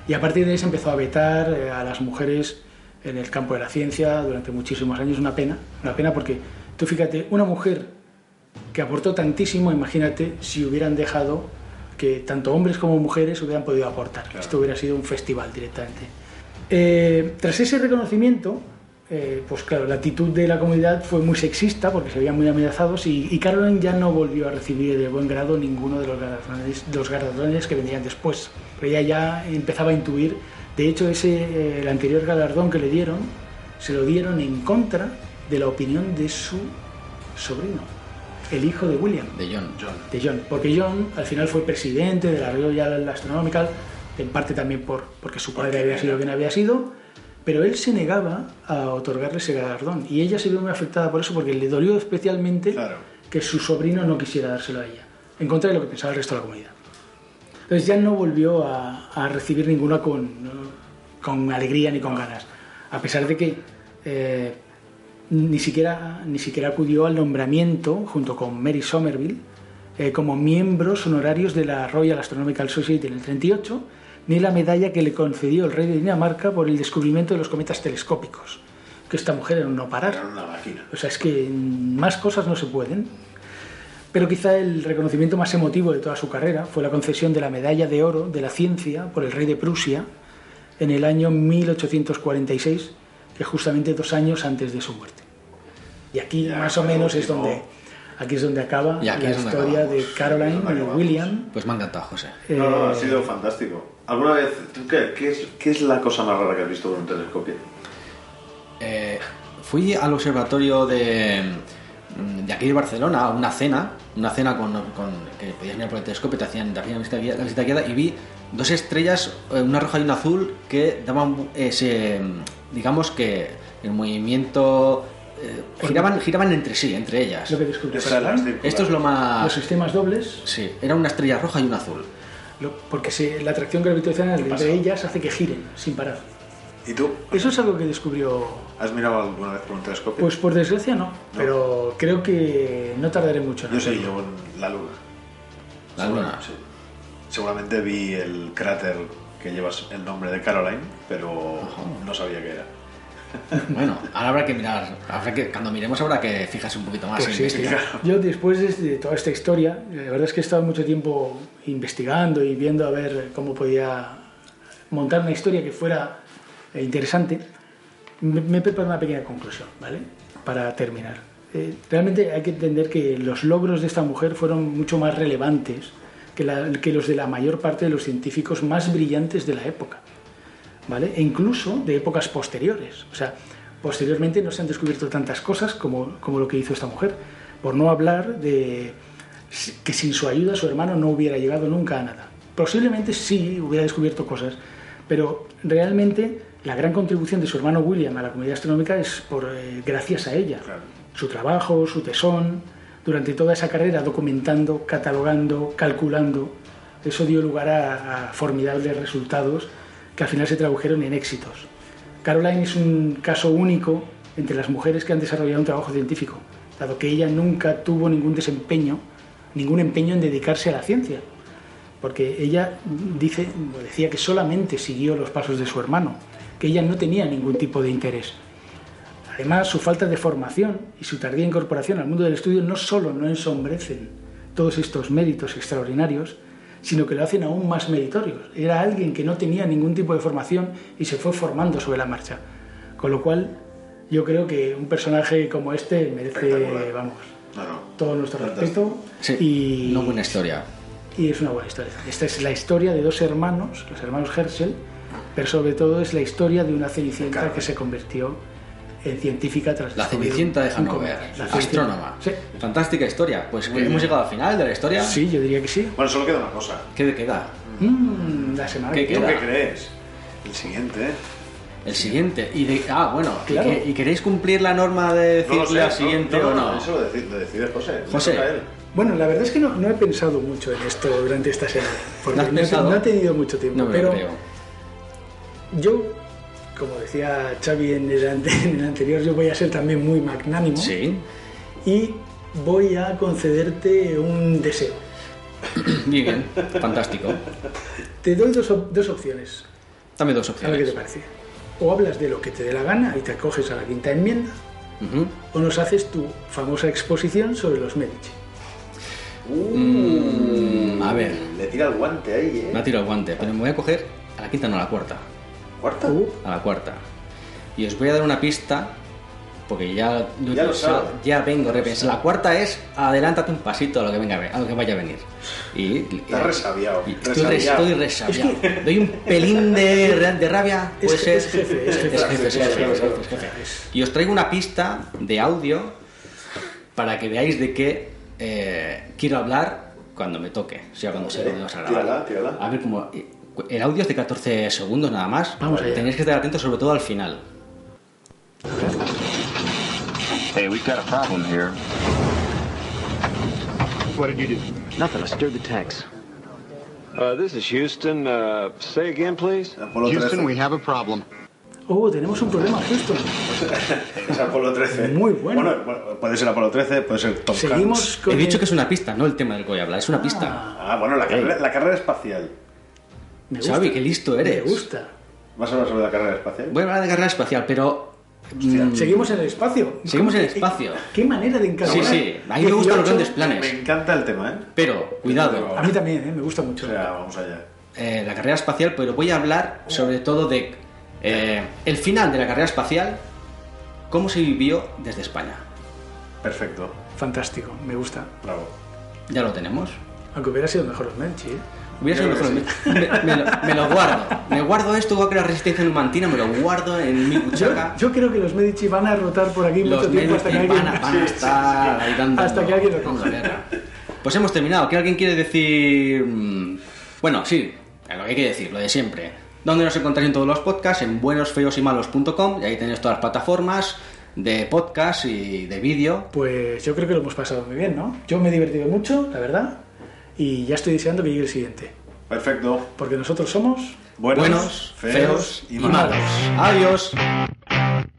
Y a partir de ahí se empezó a vetar eh, a las mujeres en el campo de la ciencia durante muchísimos años. Una pena, una pena porque tú fíjate, una mujer que aportó tantísimo, imagínate si hubieran dejado que tanto hombres como mujeres hubieran podido aportar. Esto hubiera sido un festival directamente. Eh, tras ese reconocimiento, eh, pues claro, la actitud de la comunidad fue muy sexista porque se veían muy amenazados y, y Caroline ya no volvió a recibir de buen grado ninguno de los galardones, de los galardones que vendrían después. Pero ella ya empezaba a intuir, de hecho, ese, eh, el anterior galardón que le dieron, se lo dieron en contra de la opinión de su sobrino, el hijo de William De John. de John, porque John al final fue presidente de la Royal Astronomical, en parte también por, porque su padre había sido quien había sido, pero él se negaba a otorgarle ese galardón y ella se vio muy afectada por eso porque le dolió especialmente Claro. que su sobrino no quisiera dárselo a ella, en contra de lo que pensaba el resto de la comunidad. Entonces ya no volvió a, a recibir ninguna con, ¿no? con alegría ni con ganas, a pesar de que... eh, ni siquiera, ni siquiera acudió al nombramiento, junto con Mary Somerville, eh, como miembros honorarios de la Royal Astronomical Society en el 38, ni la medalla que le concedió el rey de Dinamarca por el descubrimiento de los cometas telescópicos. Que esta mujer era un no parar. Eran una máquina. O sea, es que más cosas no se pueden. Pero quizá el reconocimiento más emotivo de toda su carrera fue la concesión de la Medalla de Oro de la Ciencia por el rey de Prusia en el año 1846, que es justamente dos años antes de su muerte. Y aquí Ya, más o por menos es último. donde, aquí es donde acaba Y aquí la es donde historia acabamos. de Caroline Aquí es donde y de acabamos. William. Pues me ha encantado, José. No, no, Eh, ha sido fantástico. ¿Alguna vez, tú qué, qué es, qué es la cosa más rara que has visto con un telescopio? Eh, fui al observatorio de, mm, de aquí de Barcelona a una cena, una cena con, con- que podías mirar por el telescopio, te hacían, te hacían la, visita guiada, la visita guiada y vi dos estrellas, eh, una roja y una azul, que daban ese, mm, digamos que el movimiento... eh, giraban, giraban entre sí, entre ellas. lo que descubrió Esa era la Caroline, circular. Esto es lo los más... sistemas dobles, Sí, era una estrella roja y una azul. lo- porque se- la atracción gravitacional pasa? entre ellas hace que giren sin parar. ¿Y tú? Eso es algo que descubrió ¿Has mirado alguna vez con un telescopio? Pues por desgracia no, pero creo que no tardaré mucho en Yo sé, hacerlo. yo en la luna. La luna. Sí. Seguramente vi el cráter que llevas el nombre de Caroline, pero no sabía qué era. Bueno, ahora habrá que mirar, habrá que, cuando miremos habrá que fijarse un poquito más. Pues en sí, investigar. sí. Yo después de- de toda esta historia, la verdad es que he estado mucho tiempo investigando y viendo a ver cómo podía montar una historia que fuera eh, interesante. Me, me he preparado una pequeña conclusión, ¿vale? Para terminar. Eh, realmente hay que entender que los logros de esta mujer fueron mucho más relevantes que, la- que los de la mayor parte de los científicos más brillantes de la época. ¿vale? E incluso de épocas posteriores. O sea, Posteriormente no se han descubierto tantas cosas como, como lo que hizo esta mujer, por no hablar de si- que sin su ayuda su hermano no hubiera llegado nunca a nada. Posiblemente sí hubiera descubierto cosas, pero realmente la gran contribución de su hermano William a la comunidad astronómica es por, eh, gracias a ella. Claro. Su trabajo, su tesón, durante toda esa carrera documentando, catalogando, calculando, eso dio lugar a, a formidables resultados que al final se tradujeron en éxitos. Caroline es un caso único entre las mujeres que han desarrollado un trabajo científico, dado que ella nunca tuvo ningún desempeño, ningún empeño en dedicarse a la ciencia porque ella dice, o decía que solamente siguió los pasos de su hermano, que ella no tenía ningún tipo de interés. Además, su falta de formación y su tardía incorporación al mundo del estudio no solo no ensombrecen todos estos méritos extraordinarios, sino que lo hacen aún más meritorios. Era alguien que no tenía ningún tipo de formación y se fue formando sobre la marcha. Con lo cual, yo creo que un personaje como este merece, Espectacular. vamos, No, no. todo nuestro respeto. Sí, y no buena historia. y es una buena historia. Esta es la historia de dos hermanos, los hermanos Herschel, pero sobre todo es la historia de una cenicienta Claro. que se convirtió en científica tras La descubrir Cenicienta de un Hanover, cometa. La Cenicienta. astrónoma. Sí. Fantástica historia. Pues Muy hemos bien. llegado al final de la historia. Sí, yo diría que sí. Bueno, solo queda una cosa. ¿Qué queda? Mm, la semana ¿Qué que ¿Tú queda? viene. qué crees? El siguiente, ¿eh? El siguiente. Y de- ah, bueno, ¿y Claro. que- ¿y, queréis cumplir la norma de decir lo sé, la siguiente no, o no? Eso lo decide, lo decide José. Le José. toca a él. Bueno, la verdad es que no, no he pensado mucho en esto durante esta semana, porque ¿No has no, he- pensado? no he tenido mucho tiempo, No me pero lo creo. yo, como decía Xavi en el, ante- en el anterior, yo voy a ser también muy magnánimo Sí. y voy a concederte un deseo. Bien, fantástico. Te doy dos, op- dos opciones. Dame dos A ver qué opciones. te parece. O hablas de lo que te dé la gana y te acoges a la quinta enmienda, Ujú. o nos haces tu famosa exposición sobre los Medici. Mm, a ver, Le tira el guante ahí, ¿eh? me ha tirado el guante, pero me voy a coger a la quinta, no a la cuarta. ¿Cuarta? Uh, A la cuarta. Y os voy a dar una pista, porque ya, yo- Ya lo sabe. ya vengo repensando. La cuarta es adelántate un pasito a lo que, venga, a lo que vaya a venir. Y, Estás resabiado, y Estoy, resabiado. res- estoy resabiado. Doy un pelín de, ra- de rabia. Es Pues je- es jefe, es jefe. es jefe, es Claro, jefe, claro, es claro. jefe, es jefe. Y os traigo una pista de audio para que veáis de qué eh, quiero hablar cuando me toque. O sea, cuando se Vale, vamos a grabar. tírala, tírala. A ver cómo. El audio es de 14 segundos nada más. Vamos allá. Tenéis que estar atentos, sobre todo al final. Hey, we've got a problem here. What did you do? Nothing. I stirred the tanks. Uh, this is Houston. Uh, say again, please. Apolo 13. have a problem. oh, tenemos un problema, justo. Es Apolo 13. Muy bueno. bueno. Puede ser Apolo 13, puede ser Tom Seguimos Hanks. con. He el- dicho que es una pista, no el tema del que voy a hablar, es una pista. Ah, bueno, la carrera, la carrera espacial. Me gusta. Xavi, qué listo eres. Me gusta. ¿Vas a hablar sobre la carrera espacial? Voy a hablar de carrera espacial, pero. Seguimos en el espacio. Mm. Seguimos en el ¿Qué- espacio. Qué manera de encarar. Sí, sí, a mí me gustan los grandes Me planes. encanta el tema, ¿eh? Pero, cuidado, A mí también, eh, me gusta mucho. O sea, vamos allá. eh, la carrera espacial, pero voy a hablar sobre todo de eh, el final de la carrera espacial, cómo se vivió desde España. Perfecto. Fantástico, me gusta. Bravo. Ya lo tenemos. Aunque hubiera sido mejor los Medici. eh. Hubiera sido Yo creo mejor. Me, me lo, me lo guardo. Me guardo esto, voy a crear resistencia numantina, me lo guardo en mi Yo, buchaca. yo creo que los Medici van a rotar por aquí Los mucho tiempo medios hasta que van, alguien. a- van a estar ahí dando- Hasta que alguien lo dando coja. guerra. Pues hemos terminado. ¿Qué alguien quiere decir? mm, Bueno, sí, lo que hay que decir, lo de siempre. Donde nos encontráis en todos los podcasts, en buenosfeosymalos.com, y ahí tenéis todas las plataformas de podcast y de vídeo. Pues yo creo que lo hemos pasado muy bien, ¿no? Yo me he divertido mucho, la verdad, y ya estoy deseando que llegue el siguiente. Perfecto. Porque nosotros somos... Buenos, Buenos, feos, y y malos. malos. Adiós.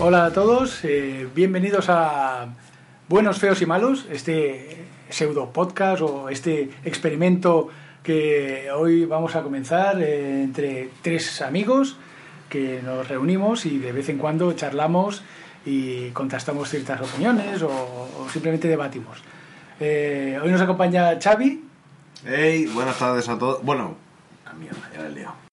Hola a todos, eh, bienvenidos a Buenos, Feos y Malos, este pseudo podcast o este experimento que hoy vamos a comenzar eh, entre tres amigos que nos reunimos y de vez en cuando charlamos y contrastamos ciertas opiniones o, o simplemente debatimos. Eh, hoy nos acompaña Xavi, Hey, buenas tardes a todos. Bueno, la mierda, ya la he liado.